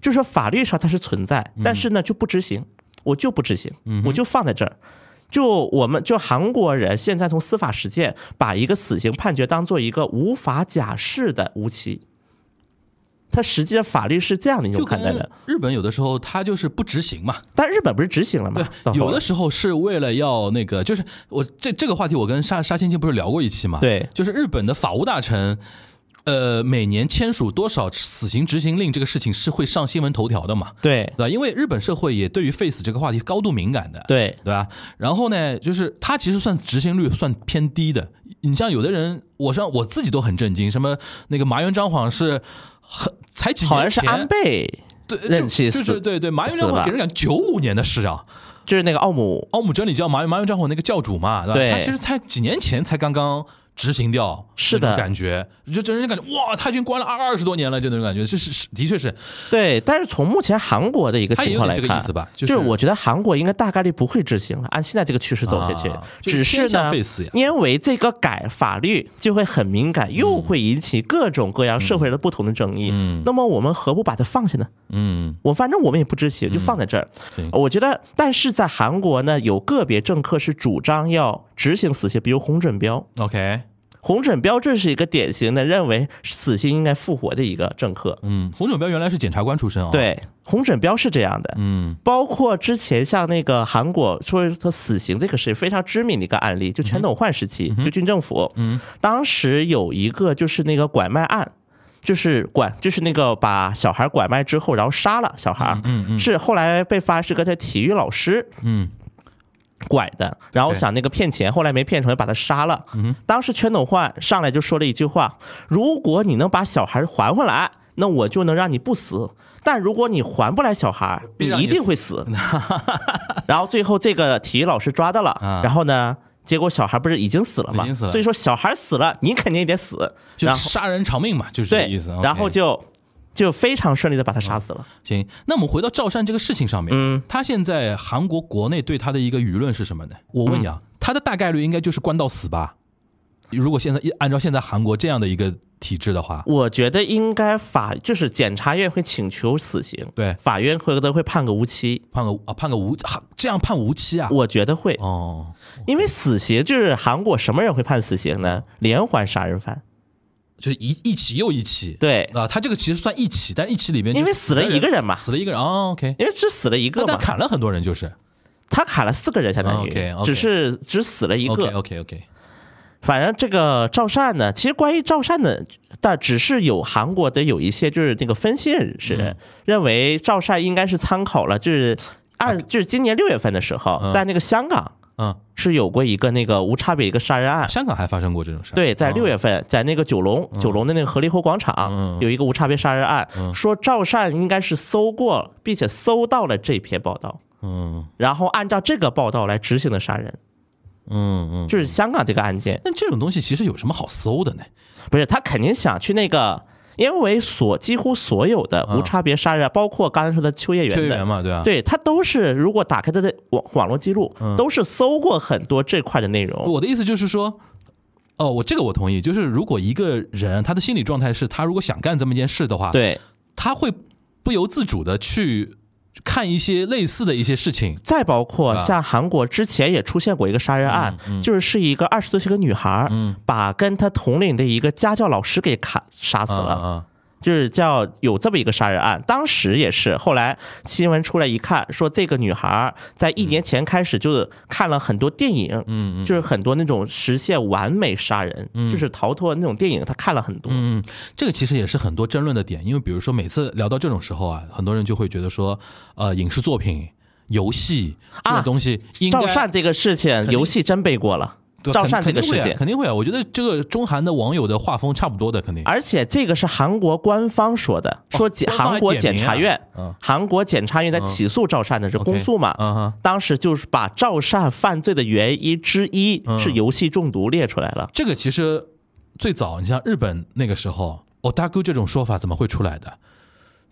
Speaker 6: 就是说法律上它是存在，
Speaker 5: 嗯
Speaker 6: 但是呢就不执行，我就不执行，我就放在这儿。就我们就韩国人现在从司法实践把一个死刑判决当做一个无法假释的无期，它实际上法律是这样的一种
Speaker 5: 就
Speaker 6: 看
Speaker 5: 跟
Speaker 6: 待的。
Speaker 5: 日本有的时候他就是不执行嘛，
Speaker 6: 但日本不是执行了吗？到后
Speaker 5: 有
Speaker 6: 来
Speaker 5: 的时候是为了要那个，就是我这这个话题，我跟沙沙青青不是聊过一期嘛？
Speaker 6: 对
Speaker 5: 就是日本的法务大臣，呃，每年签署多少死刑执行令这个事情是会上新闻头条的嘛？
Speaker 6: 对
Speaker 5: 对吧？因为日本社会也对于 face 这个话题高度敏感的，
Speaker 6: 对
Speaker 5: 对吧？然后呢，就是它其实算执行率算偏低的。你像有的人，我像我自己都很震惊，什么那个麻原彰晃是很才几年
Speaker 6: 好像是
Speaker 5: 前
Speaker 6: 安倍，
Speaker 5: 对就
Speaker 6: 任期
Speaker 5: 就
Speaker 6: 死
Speaker 5: 是对对麻原彰
Speaker 6: 死
Speaker 5: 晃
Speaker 6: 吧
Speaker 5: 给人讲九五年的事啊，哦
Speaker 6: 就是那个奥姆，
Speaker 5: 奥姆真理教麻麻原彰晃那个教主嘛，对吧？
Speaker 6: 对
Speaker 5: 他其实才几年前才刚刚执行掉，
Speaker 6: 是的
Speaker 5: 那种感觉就整人感觉哇，他已经关了二二十多年了，就那种感觉，这是是的确是，
Speaker 6: 对。但是从目前韩国的一个
Speaker 5: 他也
Speaker 6: 情
Speaker 5: 有
Speaker 6: 况
Speaker 5: 点
Speaker 6: 来
Speaker 5: 这个意
Speaker 6: 看
Speaker 5: 思，吧？
Speaker 6: 就是我觉得韩国应该大概率不会执行了，按现在这个趋势走下去，
Speaker 5: 啊就
Speaker 6: 只是
Speaker 5: 偏向
Speaker 6: 呢
Speaker 5: face 呀，
Speaker 6: 因为这个改法律就会很敏感，又会引起各种各样社会的不同的争议。
Speaker 5: 嗯
Speaker 6: 那么我们何不把它放下呢？
Speaker 5: 嗯
Speaker 6: 我反正我们也不知情，就放在这儿。呃
Speaker 5: 行
Speaker 6: 我觉得，但是在韩国呢，有个别政客是主张要执行死刑，比如洪准彪。
Speaker 5: ，OK，
Speaker 6: 洪准彪这是一个典型的认为死刑应该复活的一个政客。
Speaker 5: 嗯，洪准彪原来是检察官出身啊、，
Speaker 6: 对，洪准彪是这样的。
Speaker 5: 嗯
Speaker 6: 包括之前像那个韩国说他死刑这个是非常知名的一个案例，就全斗焕时期，就军政府，当时有一个就是那个拐卖案。就是拐，就是那个把小孩拐卖之后，然后杀了小孩，是后来被发是个他体育老师
Speaker 5: 嗯
Speaker 6: 拐的，然后
Speaker 5: 对嗯
Speaker 6: 想那个骗钱，后来没骗成，把他杀了。当时全斗焕上来就说了一句话：“如果你能把小孩还回来，那我就能让你不死；但如果你还不来小孩，
Speaker 5: 必
Speaker 6: 你
Speaker 5: 让你
Speaker 6: 一定会死。” 然后最后这个体育老师抓到了
Speaker 5: 啊，
Speaker 6: 然后呢？结果小孩不是已经死了吗？
Speaker 5: 已经死了
Speaker 6: 所以说小孩死了，你肯定也得死。
Speaker 5: 就
Speaker 6: 然
Speaker 5: 是
Speaker 6: 后
Speaker 5: 杀人偿命嘛，就是这个
Speaker 6: 对
Speaker 5: 意思。嗯
Speaker 6: 然后就就非常顺利的把他杀死了。
Speaker 5: 行，那我们回到赵善这个事情上面，
Speaker 6: 嗯，
Speaker 5: 他现在韩国国内对他的一个舆论是什么呢？我问你
Speaker 6: 嗯
Speaker 5: 啊，他的大概率应该就是关到死吧？如果现在一按照现在韩国这样的一个体制的话，
Speaker 6: 我觉得应该法就是检察院会请求死刑，
Speaker 5: 对，
Speaker 6: 法院会都会判个无期。
Speaker 5: 判个啊判个无哈这样判无期啊？
Speaker 6: 我觉得会，
Speaker 5: 哦，
Speaker 6: 因为死刑就是韩国什么人会判死刑呢？连环杀人犯。
Speaker 5: 就是一一起又一起，
Speaker 6: 对，
Speaker 5: 啊，他这个其实算一起，但一起里面就
Speaker 6: 因为死了一个人嘛
Speaker 5: 死了一个人啊，OK，
Speaker 6: 因为只死了一
Speaker 5: 那
Speaker 6: 个
Speaker 5: 但
Speaker 6: 嘛，
Speaker 5: 砍了很多人就是
Speaker 6: 他砍了四个人，相当
Speaker 5: 啊
Speaker 6: 于
Speaker 5: ，OK，OK
Speaker 6: 只是只死了一
Speaker 5: ，OK
Speaker 6: 个。
Speaker 5: OK OK，
Speaker 6: 反正这个赵善呢，其实关于赵善的，但只是有韩国的有一些就是那个分析人士
Speaker 5: 嗯
Speaker 6: 认为赵善应该是参考了，就是二就是今年六月份的时候
Speaker 5: 啊嗯，
Speaker 6: 在那个香港
Speaker 5: 嗯，啊
Speaker 6: 是有过一个那个无差别一个杀人案。
Speaker 5: 香港还发生过这种事儿。
Speaker 6: 啊对，在
Speaker 5: 哦
Speaker 6: 六月份，在那个九龙，九龙的那个河狸湖广场
Speaker 5: 嗯
Speaker 6: 有一个无差别杀人案，
Speaker 5: 嗯
Speaker 6: 说赵善应该是搜过，并且搜到了这篇报道，
Speaker 5: 嗯
Speaker 6: 然后按照这个报道来执行的杀人，
Speaker 5: 嗯嗯，
Speaker 6: 就是香港这个案件，
Speaker 5: 但这种东西其实有什么好搜的呢？
Speaker 6: 不是他肯定想去那个。因为所几乎所有的无
Speaker 5: 嗯
Speaker 6: 差别杀人案，啊包括刚才说的秋叶
Speaker 5: 确
Speaker 6: 原的
Speaker 5: 源，嘛，对吧？，
Speaker 6: 对他都是，如果打开他的网网络记录，都是搜过很多这块的内容。
Speaker 5: 我的意思就是说。哦，我这个我同意，就是如果一个人他的心理状态是他如果想干这么一件事的话，，
Speaker 6: 对，
Speaker 5: 他会不由自主的去看一些类似的一些事情，
Speaker 6: 再包括
Speaker 5: 啊
Speaker 6: 像韩国之前也出现过一个杀人案，就是是一个二十多岁的女孩儿，把跟她同龄的一个家教老师给砍杀死
Speaker 5: 啊
Speaker 6: 了，
Speaker 5: 啊，
Speaker 6: 就是叫有这么一个杀人案。当时也是，后来新闻出来一看，说这个女孩儿在一年前开始就是看了很多电影，
Speaker 5: 嗯嗯
Speaker 6: 就是很多那种实现完美杀人，就是逃脱那种电影，她看了很多。
Speaker 5: 嗯，这个其实也是很多争论的点，因为比如说每次聊到这种时候啊，很多人就会觉得说，呃，影视作品、游戏这
Speaker 6: 啊
Speaker 5: 种东西应该、
Speaker 6: 赵善这个事情，
Speaker 5: 定
Speaker 6: 游戏真背过了。
Speaker 5: 对
Speaker 6: 赵
Speaker 5: 肯
Speaker 6: 善这个
Speaker 5: 肯定会
Speaker 6: 事
Speaker 5: 啊
Speaker 6: 件
Speaker 5: 肯定会啊，我觉得这个中韩的网友的画风差不多的，肯定。
Speaker 6: 而且这个是韩国官方说的，
Speaker 5: 哦
Speaker 6: 说检
Speaker 5: 官方还
Speaker 6: 韩国
Speaker 5: 点
Speaker 6: 检
Speaker 5: 名
Speaker 6: 察
Speaker 5: 啊
Speaker 6: 院
Speaker 5: 嗯，
Speaker 6: 韩国检察院在起诉赵善的是
Speaker 5: OK，
Speaker 6: 公诉嘛？
Speaker 5: 嗯哼，
Speaker 6: 当时就是把赵善犯罪的原因之一
Speaker 5: 嗯
Speaker 6: 是游戏中毒列出来了。
Speaker 5: 这个其实最早，你像日本那个时候，otaku 这种说法怎么会出来的？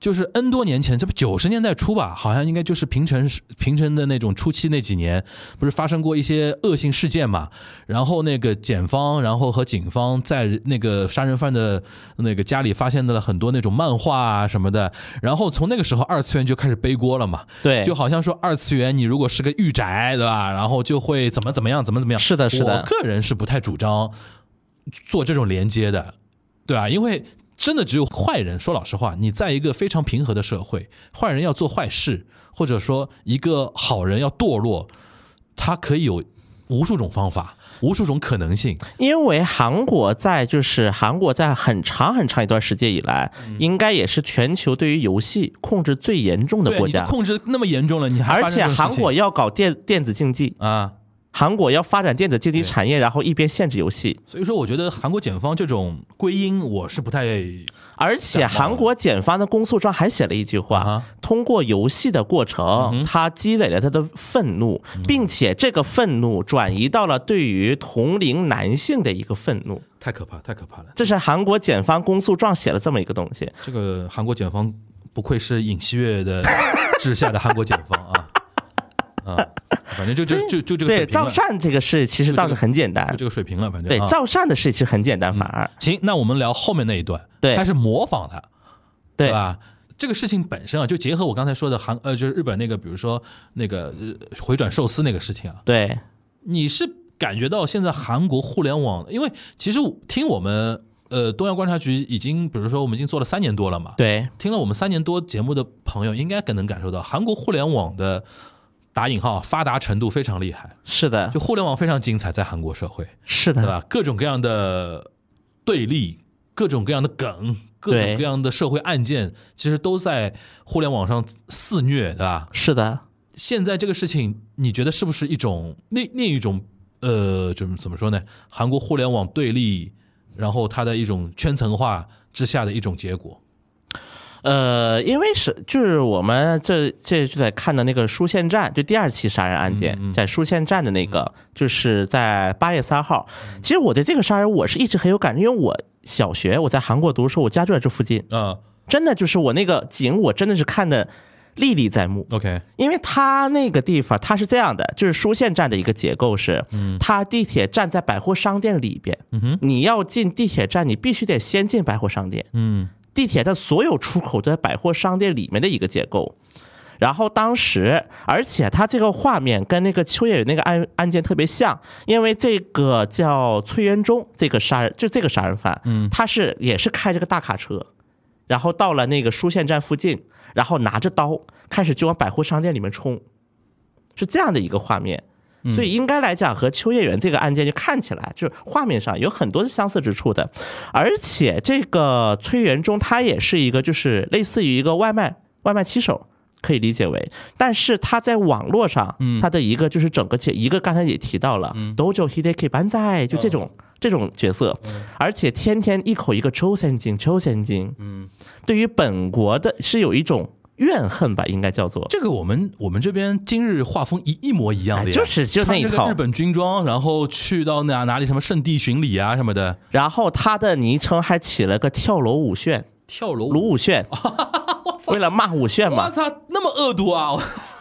Speaker 5: 就是 N 多年前，这不九十年代初吧，好像应该就是平成时平成的那种初期那几年，不是发生过一些恶性事件嘛？然后那个检方，然后和警方在那个杀人犯的那个家里发现了很多那种漫画啊什么的，然后从那个时候二次元就开始背锅了嘛。
Speaker 6: 对，
Speaker 5: 就好像说二次元，你如果是个御宅，对吧？然后就会怎么怎么样，怎么怎么样。
Speaker 6: 是的是的
Speaker 5: 我个人是不太主张做这种连接的，对啊，因为真的只有坏人。说老实话，你在一个非常平和的社会，坏人要做坏事，或者说一个好人要堕落，他可以有无数种方法，无数种可能性。
Speaker 6: 因为韩国在就是韩国在很长很长一段时间以来，
Speaker 5: 嗯
Speaker 6: 应该也是全球对于游戏控制最严重的
Speaker 5: 对，
Speaker 6: 国
Speaker 5: 你都
Speaker 6: 家，
Speaker 5: 控制那么严重了，你还
Speaker 6: 而
Speaker 5: 发生
Speaker 6: 且
Speaker 5: 这种事
Speaker 6: 韩
Speaker 5: 情
Speaker 6: 国要搞电电子竞技，
Speaker 5: 啊，
Speaker 6: 韩国要发展电子竞技
Speaker 5: 对
Speaker 6: 产业，然后一边限制游戏。
Speaker 5: 所以说我觉得韩国检方这种归因，我是不太
Speaker 6: 而且韩国检方的公诉状还写了一句话
Speaker 5: 啊：嗯
Speaker 6: 通过游戏的过程，他积累了他的愤怒，并且这个愤怒转移到了对于同龄男性的一个愤怒。
Speaker 5: 太可怕，太可怕了。
Speaker 6: 这是韩国检方公诉状写了这么一个东西。
Speaker 5: 这个韩国检方不愧是尹锡悦的治下的韩国检方 啊啊，反正就就就就这个
Speaker 6: 对
Speaker 5: 水平
Speaker 6: 赵
Speaker 5: 了，
Speaker 6: 善这个事其实倒是很简
Speaker 5: 就
Speaker 6: 单
Speaker 5: 这，个水平了，反正
Speaker 6: 对
Speaker 5: 啊嗯
Speaker 6: 赵善的事其实很简单，反而
Speaker 5: 行，那我们聊后面那一段，
Speaker 6: 对
Speaker 5: 他是模仿的，
Speaker 6: 对
Speaker 5: 吧？这个事情本身啊，就结合我刚才说的韩呃，就是日本那个，比如说那个、呃、回转寿司那个事情啊，
Speaker 6: 对
Speaker 5: 你是感觉到现在韩国互联网，因为其实我听我们呃东亚观察局已经，比如说我们已经做了三年多了嘛，
Speaker 6: 对
Speaker 5: 听了我们三年多节目的朋友，应该更能感受到韩国互联网的打引号发达程度非常厉害，
Speaker 6: 是的
Speaker 5: 就，互联网非常精彩，在韩国社会，
Speaker 6: 是
Speaker 5: 对
Speaker 6: 的，
Speaker 5: 吧？各种各样的对立，各种各样的梗，各种各样的社会案件，其实都在互联网上肆虐，对吧？
Speaker 6: 是的。
Speaker 5: 现在这个事情，你觉得是不是一种另另一种呃，怎么怎么说呢？韩国互联网对立，然后它的一种圈层化之下的一种结果。
Speaker 6: 呃，因为是就是我们这这就在看的那个书县站，就第二起杀人案件，
Speaker 5: 嗯
Speaker 6: 在书县站的那个，就是在八月三号。
Speaker 5: 嗯
Speaker 6: 其实我对这个杀人我是一直很有感觉，因为我小学我在韩国读书，我家就在这附近，
Speaker 5: 嗯
Speaker 6: 真的就是我那个景，我真的是看的。历历在目，
Speaker 5: ，OK，
Speaker 6: 因为它那个地方它是这样的，就是书县站的一个结构是，它地铁站在百货商店里边，你要进地铁站，你必须得先进百货商店，
Speaker 5: 嗯
Speaker 6: 地铁的所有出口都在百货商店里面的一个结构。然后当时，而且它这个画面跟那个秋叶原那个案案件特别像，因为这个叫崔元忠这个杀人，就这个杀人犯，嗯，他是也是开着个大卡车，然后到了那个书县站附近，然后拿着刀开始就往百货商店里面冲，是这样的一个画面。
Speaker 5: 嗯
Speaker 6: 所以应该来讲，和秋叶原这个案件就看起来就是画面上有很多的相似之处的，而且这个崔元忠他也是一个就是类似于一个外卖外卖骑手。可以理解为，但是它在网络上，
Speaker 5: 嗯
Speaker 6: 它的一个就是整个角一个刚才也提到了
Speaker 5: 嗯
Speaker 6: ，dojo hideki banzai 就这种、这种角色，而且天天一口一个抽三金抽三金，
Speaker 5: 嗯，
Speaker 6: 对于本国的是有一种怨恨吧，应该叫做。
Speaker 5: 这个我们我们这边今日画风一一模一样的
Speaker 6: 哎
Speaker 5: 呀，
Speaker 6: 就是就那一
Speaker 5: 穿着
Speaker 6: 套
Speaker 5: 个日本军装，然后去到哪哪里什么圣地巡礼啊什么的，
Speaker 6: 然后他的昵称还起了个跳楼舞炫，
Speaker 5: 跳楼
Speaker 6: 卢 武炫，为了骂武炫
Speaker 5: 哦我
Speaker 6: 嘛，
Speaker 5: 操，那么恶毒啊！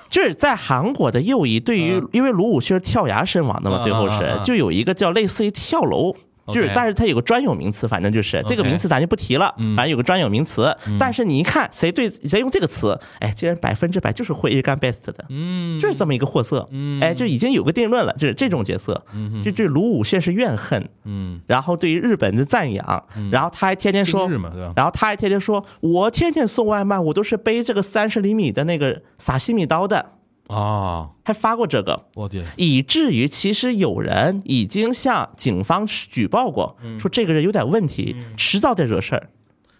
Speaker 6: 就是在韩国的右翼对于
Speaker 5: 嗯，
Speaker 6: 因为卢武铉是跳崖身亡的嘛，
Speaker 5: 嗯
Speaker 6: 最后
Speaker 5: 嗯
Speaker 6: 是
Speaker 5: 嗯嗯
Speaker 6: 就有一个叫类似于跳楼。就
Speaker 5: OK
Speaker 6: 是，但是它有个专有名词，反正就是这个
Speaker 5: OK 嗯
Speaker 6: 名词咱就不提了，反正有个专有名词。但是你一看谁对谁用这个词，哎，竟然百分之百就是会日干 best 的，
Speaker 5: 嗯，
Speaker 6: 就是这么一个货色，哎，就已经有个定论了，就是这种角色，就对卢武铉是怨恨，
Speaker 5: 嗯，
Speaker 6: 然后对于日本的赞扬，然后他还天天说
Speaker 5: 今日嘛，对吧？
Speaker 6: 然后他还天天说，我天天送外卖，我都是背这个三十厘米的那个撒西米刀的，
Speaker 5: 啊，
Speaker 6: 还发过这个，
Speaker 5: 我天，
Speaker 6: 以至于其实有人已经向警方举报过，
Speaker 5: 嗯
Speaker 6: 说这个人有点问题，迟早得惹事儿。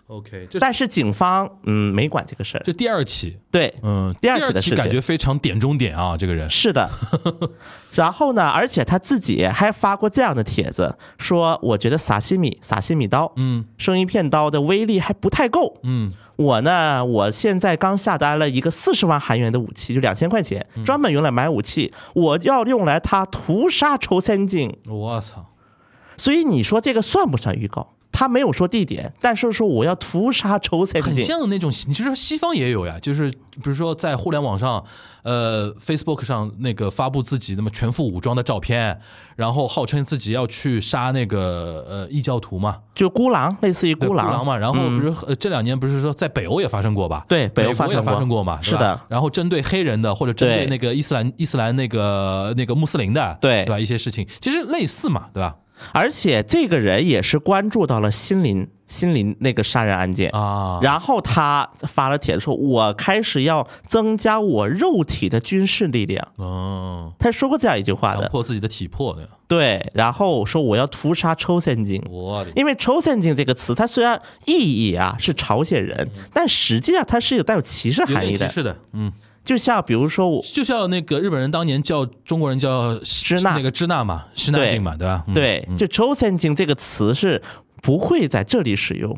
Speaker 5: OK，这
Speaker 6: 但是警方嗯没管这个事儿，
Speaker 5: 这第二起，
Speaker 6: 对，
Speaker 5: 嗯，
Speaker 6: 第
Speaker 5: 第
Speaker 6: 二起的
Speaker 5: 期
Speaker 6: 事
Speaker 5: 感
Speaker 6: 情
Speaker 5: 觉非常点中点啊，这个人
Speaker 6: 是的。 然后呢，而且他自己还发过这样的帖子，说我觉得撒西米撒西米刀，
Speaker 5: 嗯，
Speaker 6: 生鱼片刀的威力还不太够，
Speaker 5: 嗯，
Speaker 6: 我呢，我现在刚下单了一个四十万韩元的武器，就两千块钱，
Speaker 5: 嗯
Speaker 6: 专门用来买武器，我要用来它屠杀仇三金。
Speaker 5: 我操，
Speaker 6: 所以你说这个算不算预告？他没有说地点，但是说我要屠杀仇三
Speaker 5: 很
Speaker 6: 金。
Speaker 5: 像那种，你就说西方也有呀，就是比如说在互联网上，呃，Facebook 上那个发布自己那么全副武装的照片，然后号称自己要去杀那个呃异教徒嘛，
Speaker 6: 就孤狼，类似于
Speaker 5: 对
Speaker 6: 孤狼
Speaker 5: 嘛，然后
Speaker 6: 嗯
Speaker 5: 比如、呃这两年不是说在北欧也发生过吧？
Speaker 6: 对北欧
Speaker 5: 美国也
Speaker 6: 发
Speaker 5: 发
Speaker 6: 生
Speaker 5: 生
Speaker 6: 过
Speaker 5: 过嘛，
Speaker 6: 是
Speaker 5: 对吧
Speaker 6: 的
Speaker 5: 然后针对黑人的或者针对
Speaker 6: 对
Speaker 5: 那个伊斯兰伊斯兰那个那个穆斯林的，
Speaker 6: 对
Speaker 5: 对吧？一些事情其实类似嘛，对吧？
Speaker 6: 而且这个人也是关注到了心灵心灵那个杀人案件
Speaker 5: 啊，
Speaker 6: 然后他发了帖子说，我开始要增加我肉体的军事力量。
Speaker 5: 嗯，
Speaker 6: 他说过这样一句话
Speaker 5: 强
Speaker 6: 的，
Speaker 5: 迫自己的体魄的，
Speaker 6: 对，然后说我要屠杀抽三金，
Speaker 5: 我的
Speaker 6: 因为抽三金这个词，它虽然意义啊是朝鲜人，但实际上它是有带有歧视
Speaker 5: 嗯有
Speaker 6: 含
Speaker 5: 点
Speaker 6: 义
Speaker 5: 歧
Speaker 6: 的。
Speaker 5: 视的，嗯。
Speaker 6: 就像比如说我，
Speaker 5: 就像那个日本人当年叫中国人叫
Speaker 6: 支那
Speaker 5: 那个支那嘛，支那
Speaker 6: 对
Speaker 5: 进嘛，对吧？嗯，
Speaker 6: 对，就抽三金这个词是不会在这里使用，
Speaker 5: 嗯，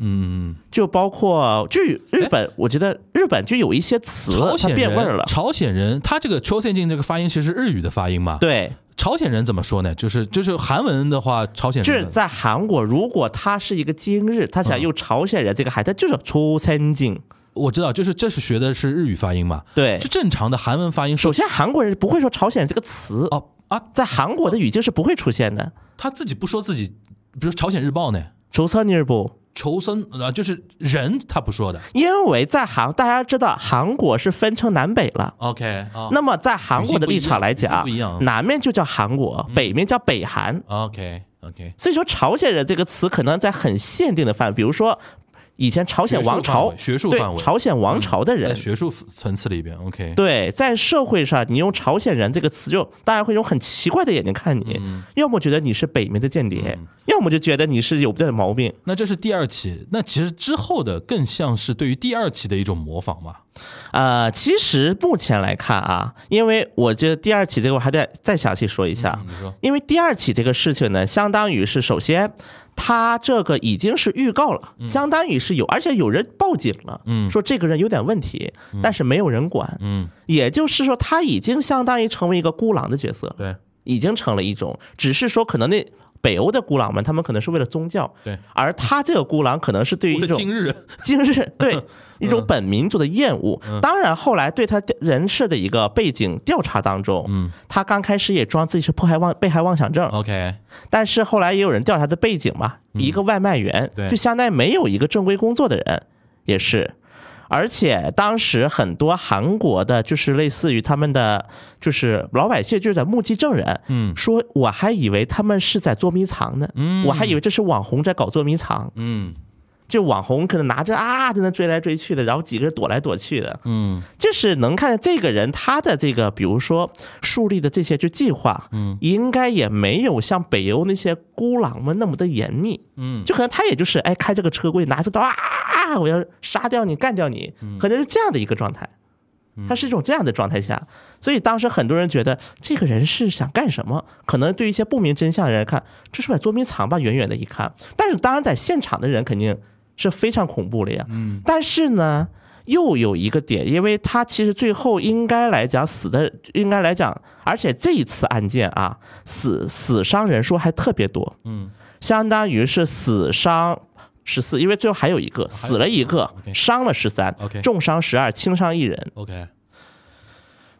Speaker 5: 嗯
Speaker 6: 就包括就日本，我觉得日本就有一些词
Speaker 5: 朝
Speaker 6: 它
Speaker 5: 鲜
Speaker 6: 变味儿
Speaker 5: 人
Speaker 6: 了。
Speaker 5: 朝鲜人他这个秋线进这个发音其实是日语的发音嘛？，
Speaker 6: 对，
Speaker 5: 朝鲜人怎么说呢？就是就是韩文的话，朝鲜
Speaker 6: 就
Speaker 5: 人嗯
Speaker 6: 是
Speaker 5: 的
Speaker 6: 在韩国，如果他是一个今日，他想用朝鲜人这个孩子，他就是抽三金。
Speaker 5: 我知道，就是这是学的是日语发音嘛？
Speaker 6: 对
Speaker 5: 就，正常的韩文发音是
Speaker 6: 首先韩国人不会说朝鲜人这个词，
Speaker 5: 哦啊，
Speaker 6: 在韩国的语境是不会出现的。
Speaker 5: 他自己不说自己，比如《朝鲜日报》呢，
Speaker 6: 조선일보，
Speaker 5: 仇生啊，就是人他不说的。
Speaker 6: 因为在韩，大家知道韩国是分成南北了。
Speaker 5: OK 啊，
Speaker 6: 那么在韩国的立场来
Speaker 5: 语境
Speaker 6: 讲
Speaker 5: 不一样语境不一样，嗯
Speaker 6: 南面就叫韩国，北面叫北韩。
Speaker 5: OK OK，
Speaker 6: 所以说，朝鲜人这个词可能在很限定的范围，比如说以前朝鲜王朝
Speaker 5: 学术
Speaker 6: 对
Speaker 5: 范围学术范围
Speaker 6: 朝鲜王朝的
Speaker 5: 在
Speaker 6: 人，
Speaker 5: 学术层次里边，OK，
Speaker 6: 对，在社会上，你用“朝鲜人”这个词就，大家会用很奇怪的眼睛看你，
Speaker 5: 嗯
Speaker 6: 要么觉得你是北面的间谍，要么就觉得你是有点毛病。
Speaker 5: 那这是第二期，那其实之后的更像是对于第二期的一种模仿嘛。
Speaker 6: 呃，其实目前来看啊，因为我觉得第二起这个我还得再详细说一下，
Speaker 5: 你说，
Speaker 6: 因为第二起这个事情呢，相当于是首先。他这个已经是预告了，相当于是有，而且有人报警了，
Speaker 5: 嗯
Speaker 6: 说这个人有点问题，但是没有人管，
Speaker 5: 嗯，
Speaker 6: 也就是说他已经相当于成为一个孤狼的角色，
Speaker 5: 对，
Speaker 6: 已经成了一种，只是说可能那北欧的孤狼们，他们可能是为了宗教，
Speaker 5: 对，
Speaker 6: 而他这个孤狼可能是对于一
Speaker 5: 我
Speaker 6: 种
Speaker 5: 的今日，
Speaker 6: 今日
Speaker 5: 嗯
Speaker 6: 对一种本民族的厌恶。当然，后来对他人事的一个背景调查当中，
Speaker 5: 嗯哦
Speaker 6: 他刚开始也装自己是迫害妄被害妄想症，
Speaker 5: ，OK，
Speaker 6: 但是后来也有人调查他的背景嘛，一个外卖员，
Speaker 5: 嗯对
Speaker 6: 就相当于没有一个正规工作的人，也是。而且当时很多韩国的，就是类似于他们的，就是老百姓，就是在目击证人，
Speaker 5: 嗯
Speaker 6: 说我还以为他们是在捉迷藏呢，
Speaker 5: 嗯
Speaker 6: 我还以为这是网红在搞捉迷藏，
Speaker 5: 嗯
Speaker 6: 就网红可能拿着啊在那追来追去的，然后几个人躲来躲去的，
Speaker 5: 嗯
Speaker 6: 就是能看见这个人他的这个，比如说树立的这些就计划，嗯，应该也没有像北欧那些孤狼们那么的严密，
Speaker 5: 嗯，
Speaker 6: 就可能他也就是哎开
Speaker 5: 嗯
Speaker 6: 这个车柜拿着刀啊，我要杀掉你干掉你，可能是这样的一个状态。他是一种这样的状态下，所以当时很多人觉得这个人是想干什么？可能对于一些不明真相的人看，这是把捉迷藏吧？远远的一看，但是当然在现场的人肯定是非常恐怖了呀。嗯，但是呢，又有一个点，因为他其实最后应该来讲死的，应该来讲，而且这一次案件啊，死死伤人数还特别多，
Speaker 5: 嗯，
Speaker 6: 相当于是死伤。十四，因为最后还有一个死了一个，
Speaker 5: OK
Speaker 6: 伤了十三
Speaker 5: OK
Speaker 6: 重伤十二，轻伤一人。
Speaker 5: OK，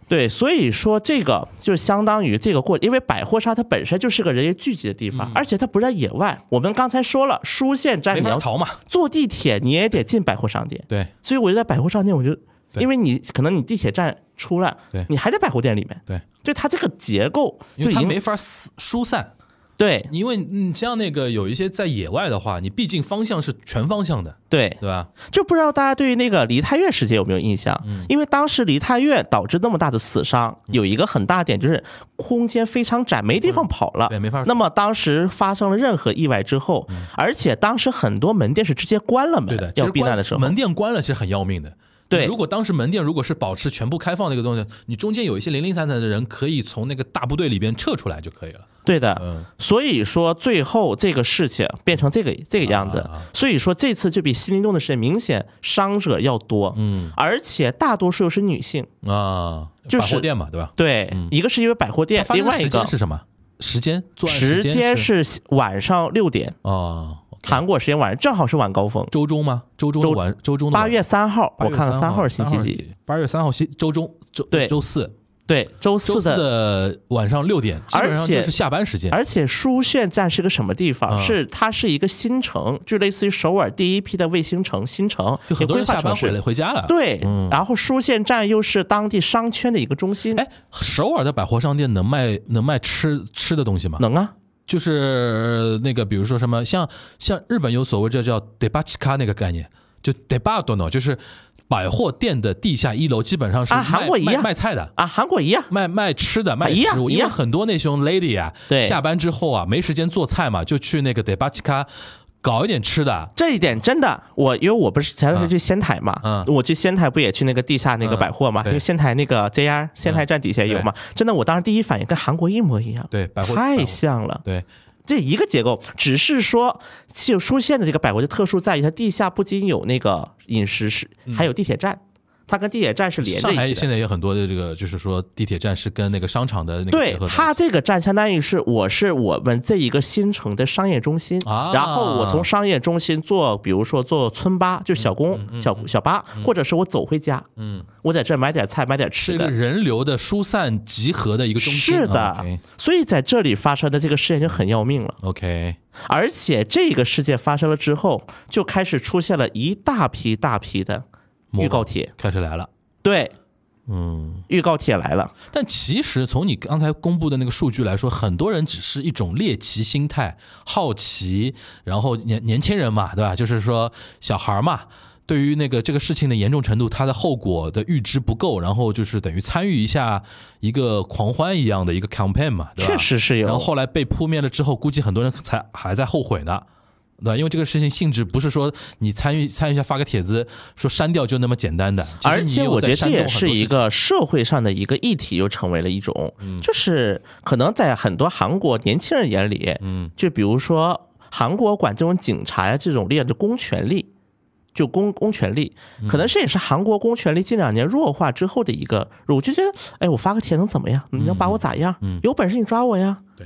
Speaker 6: 对，所以说这个就是相当于这个过，因为百货杀它本身就是个人员聚集的地方，而且它不是在野外。我们刚才说了，舒县站
Speaker 5: 嗯没
Speaker 6: 你
Speaker 5: 法
Speaker 6: 要
Speaker 5: 逃嘛，
Speaker 6: 坐地铁，你也得进百货商店。
Speaker 5: 对
Speaker 6: 所以我就在百货商店，我就
Speaker 5: 对
Speaker 6: 因为你可能你地铁站出来
Speaker 5: 对，
Speaker 6: 你还在百货店里面，
Speaker 5: 对，
Speaker 6: 就它这个结构
Speaker 5: 因
Speaker 6: 就
Speaker 5: 为
Speaker 6: 已
Speaker 5: 它
Speaker 6: 经
Speaker 5: 没法撕疏散，
Speaker 6: 对
Speaker 5: 因为你像那个有一些在野外的话，你毕竟方向是全方向的，
Speaker 6: 对，
Speaker 5: 对吧？
Speaker 6: 就不知道大家对于那个梨泰院事件有没有印象？
Speaker 5: 嗯
Speaker 6: 因为当时梨泰院导致那么大的死伤，有一个很大点就是空间非常窄，没地方跑了，
Speaker 5: 嗯对没法嗯
Speaker 6: 那么当时发生了任何意外之后，而且当时很多门店是直接关了
Speaker 5: 对的
Speaker 6: 门，，
Speaker 5: 其
Speaker 6: 要
Speaker 5: 实
Speaker 6: 避难
Speaker 5: 关
Speaker 6: 的时候，
Speaker 5: 门店关了是很要命的。
Speaker 6: 对
Speaker 5: 如果当时门店如果是保持全部开放那个东西，你中间有一些零零散散的人可以从那个大部队里边撤出来就可以了。
Speaker 6: 对的，
Speaker 5: 嗯
Speaker 6: 所以说最后这个事情变成这个这个样子，
Speaker 5: 啊啊啊
Speaker 6: 所以说这次就比西林洞的事情明显伤者要多，
Speaker 5: 嗯
Speaker 6: 而且大多数又是女性。
Speaker 5: 啊，
Speaker 6: 就
Speaker 5: 百货
Speaker 6: 是
Speaker 5: 店嘛，对吧？
Speaker 6: 对，一个是因为百货
Speaker 5: 它
Speaker 6: 店，
Speaker 5: 嗯发
Speaker 6: 另
Speaker 5: 生的
Speaker 6: 外
Speaker 5: 时
Speaker 6: 一个
Speaker 5: 间是什么？时间作案
Speaker 6: 时
Speaker 5: 间
Speaker 6: 间是晚上六点，
Speaker 5: 哦，
Speaker 6: 韩国时间晚上正好是晚高峰，
Speaker 5: 周中吗？周中的
Speaker 6: 周
Speaker 5: 晚，周中的
Speaker 6: 八
Speaker 5: 晚
Speaker 6: 月三号，
Speaker 5: 八
Speaker 6: 我
Speaker 5: 月
Speaker 6: 看看
Speaker 5: 三
Speaker 6: 三号
Speaker 5: 号
Speaker 6: 是星期几？？
Speaker 5: 八月三号星周中周
Speaker 6: 对
Speaker 5: 周四
Speaker 6: 对，周
Speaker 5: 周
Speaker 6: 四
Speaker 5: 四
Speaker 6: 的。
Speaker 5: 的晚上六点，基本上
Speaker 6: 而且
Speaker 5: 就是下班时间。
Speaker 6: 而且书炫站是个什么地方？
Speaker 5: 嗯
Speaker 6: 是它是一个新城，就类似于首尔第一批的卫星城新城，
Speaker 5: 就很多人
Speaker 6: 也规划
Speaker 5: 下班
Speaker 6: 城市
Speaker 5: 回来回家了。，
Speaker 6: 对，
Speaker 5: 嗯
Speaker 6: 然后书县站又是当地商圈的一个中心。
Speaker 5: 哎，首尔的百货商店能卖能卖吃吃的东西吗？
Speaker 6: 能啊，
Speaker 5: 就是呃那个，比如说什么，像像日本有所谓这叫 d e b a c h i k a 那个概念，就 d e b a d o n 就是百货店的地下一楼，基本上是
Speaker 6: 啊
Speaker 5: 卖
Speaker 6: 韩国一
Speaker 5: 卖
Speaker 6: 样
Speaker 5: 卖菜的。
Speaker 6: 啊，韩国一样，
Speaker 5: 卖卖吃的，卖
Speaker 6: 一样
Speaker 5: 食物，
Speaker 6: 一
Speaker 5: 因为
Speaker 6: 样
Speaker 5: 很多那种 lady 啊，
Speaker 6: 对
Speaker 5: 下班之后啊，没时间做菜嘛，就去那个 d e b a c h i k a 搞一点吃的，
Speaker 6: 这一点真的，我因为我不是前段时间去仙台嘛，
Speaker 5: 嗯
Speaker 6: 我去仙台不也去那个地下那个
Speaker 5: 嗯
Speaker 6: 百货嘛，
Speaker 5: 对嗯
Speaker 6: 因为仙台那个 JR 仙台站底下也有嘛，真的，我当时第一反应跟韩国一模一样，
Speaker 5: 对百货百
Speaker 6: 太
Speaker 5: 货
Speaker 6: 像了。
Speaker 5: 对，
Speaker 6: 这一个结构，只是说就出现的这个百货就特殊在于它地下不仅有那个饮食室，还有地铁站，它跟地铁站是连在
Speaker 5: 嗯上海
Speaker 6: 一起
Speaker 5: 现
Speaker 6: 的。
Speaker 5: 在有很多的这个，就是说地铁站是跟那个商场的那个结
Speaker 6: 对
Speaker 5: 合的
Speaker 6: 它这个站相当于是我是我们这一个新城的商业中心，
Speaker 5: 啊
Speaker 6: 然后我从商业中心坐，比如说坐村巴，就是小公、
Speaker 5: 嗯
Speaker 6: 小小巴，或者是我走回家，嗯，我在这儿买点菜，买点
Speaker 5: 是
Speaker 6: 吃
Speaker 5: 一
Speaker 6: 的
Speaker 5: 个，人流的疏散集合的一个中心。
Speaker 6: 是的，
Speaker 5: 啊，OK，
Speaker 6: 所以在这里发生的这个事件就很要命了。
Speaker 5: OK，
Speaker 6: 而且这个事件发生了之后，就开始出现了一大批大批的预告帖，
Speaker 5: 开始来了。
Speaker 6: 对，
Speaker 5: 嗯，
Speaker 6: 预告帖来了，
Speaker 5: 但其实从你刚才公布的那个数据来说，很多人只是一种猎奇心态、好奇，然后年年轻人嘛，对吧？就是说小孩儿嘛，对于那个这个事情的严重程度，它的后果的预知不够，然后就是等于参与一下一个狂欢一样的一个 campaign 嘛，对吧？
Speaker 6: 确实是
Speaker 5: 然后
Speaker 6: 有。
Speaker 5: 后来被扑灭了之后，估计很多人才还在后悔呢。对吧，因为这个事情性质不是说你参与参与一下发个帖子说删掉就那么简单的，其实
Speaker 6: 而
Speaker 5: 你
Speaker 6: 且
Speaker 5: 有
Speaker 6: 我觉
Speaker 5: 在
Speaker 6: 得
Speaker 5: 煽
Speaker 6: 这
Speaker 5: 动
Speaker 6: 也
Speaker 5: 很多
Speaker 6: 是一
Speaker 5: 事
Speaker 6: 个社会上的一个议题，又成为了一种，
Speaker 5: 嗯
Speaker 6: 就是可能在很多韩国年轻人眼里，嗯，就比如说韩国管这种警察呀这种列的公权力，就公公权力，
Speaker 5: 嗯
Speaker 6: 可能这也是韩国公权力近两年弱化之后的一个，我就觉得，哎，我发个帖能怎么样？
Speaker 5: 嗯
Speaker 6: 你能把我咋样？有本事你抓我呀！
Speaker 5: 情，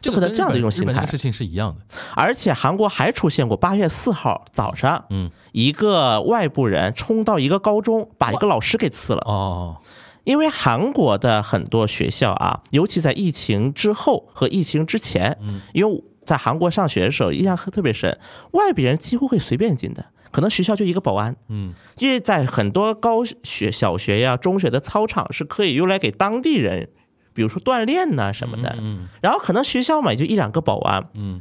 Speaker 5: 这
Speaker 6: 可能
Speaker 5: 跟
Speaker 6: 这样
Speaker 5: 日
Speaker 6: 的
Speaker 5: 本
Speaker 6: 一种心
Speaker 5: 日本那
Speaker 6: 态
Speaker 5: 个事情是一样的。
Speaker 6: 而且韩国还出现过八月四号早上，
Speaker 5: 嗯，
Speaker 6: 一个外部人冲到一个高中，把一个老师给刺了。
Speaker 5: 哦，
Speaker 6: 因为韩国的很多学校啊，尤其在疫情之后和疫情之前，嗯，因为在韩国上学的时候印象特别深，外边人几乎会随便进的，可能学校就一个保安，
Speaker 5: 嗯，
Speaker 6: 因为在很多高学、小学呀、中学的操场是可以用来给当地人，比如说锻炼呐、什么的。嗯，然后可能学校嘛也就一两个保安。嗯，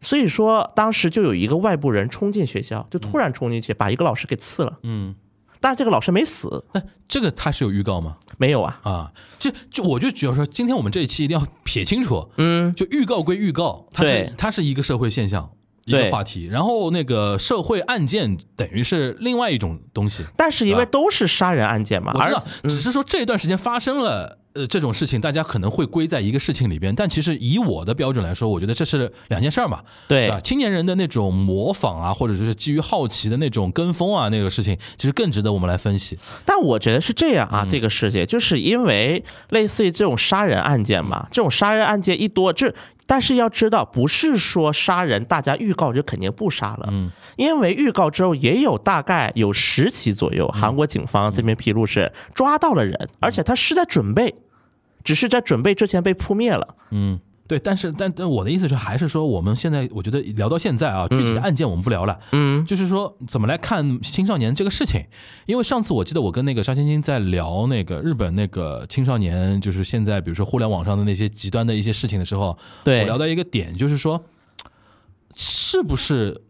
Speaker 6: 所以说当时就有一个外部人冲进学校，就突然冲进去把一个老师给刺了。
Speaker 5: 嗯，
Speaker 6: 但是这个老师没死，
Speaker 5: 那这个它是有预告吗？
Speaker 6: 没有啊。
Speaker 5: 啊，这就我就觉得说，今天我们这一期一定要撇清楚，
Speaker 6: 嗯，
Speaker 5: 就预告归预告，它是
Speaker 6: 对
Speaker 5: 它是一个社会现象，一个
Speaker 6: 对
Speaker 5: 话题，然后那个社会案件等于是另外一种东西。
Speaker 6: 但是因
Speaker 5: 对
Speaker 6: 为
Speaker 5: 吧
Speaker 6: 都是杀人案件嘛，
Speaker 5: 啊我知
Speaker 6: 而
Speaker 5: 道，嗯只是说这段时间发生了呃这种事情，大家可能会归在一个事情里边，但其实以我的标准来说，我觉得这是两件事儿嘛。
Speaker 6: 对
Speaker 5: 吧？青年人的那种模仿啊，或者就是基于好奇的那种跟风啊，那个事情其实更值得我们来分析。
Speaker 6: 但我觉得是这样
Speaker 5: 嗯
Speaker 6: 啊，这个世界就是因为类似于这种杀人案件
Speaker 5: 嗯
Speaker 6: 嘛，这种杀人案件一多，这但是要知道，不是说杀人大家预告就肯定不杀了，嗯，因为预告之后也有大概有十起左
Speaker 5: 嗯
Speaker 6: 右，韩国警方这边披露是抓到了人，而且他是在准备，只是在准备之前被扑灭了，
Speaker 5: 对，但是但但我的意思是，还是说我们现在，我觉得聊到现在啊，具体的案件我们不聊了，
Speaker 6: 嗯，
Speaker 5: 就是说怎么来看青少年这个事情，因为上次我记得我跟那个沙青青在聊那个日本那个青少年，就是现在比如说互联网上的那些极端的一些事情的时候，我
Speaker 6: 对
Speaker 5: 聊到一个点，就是说是不是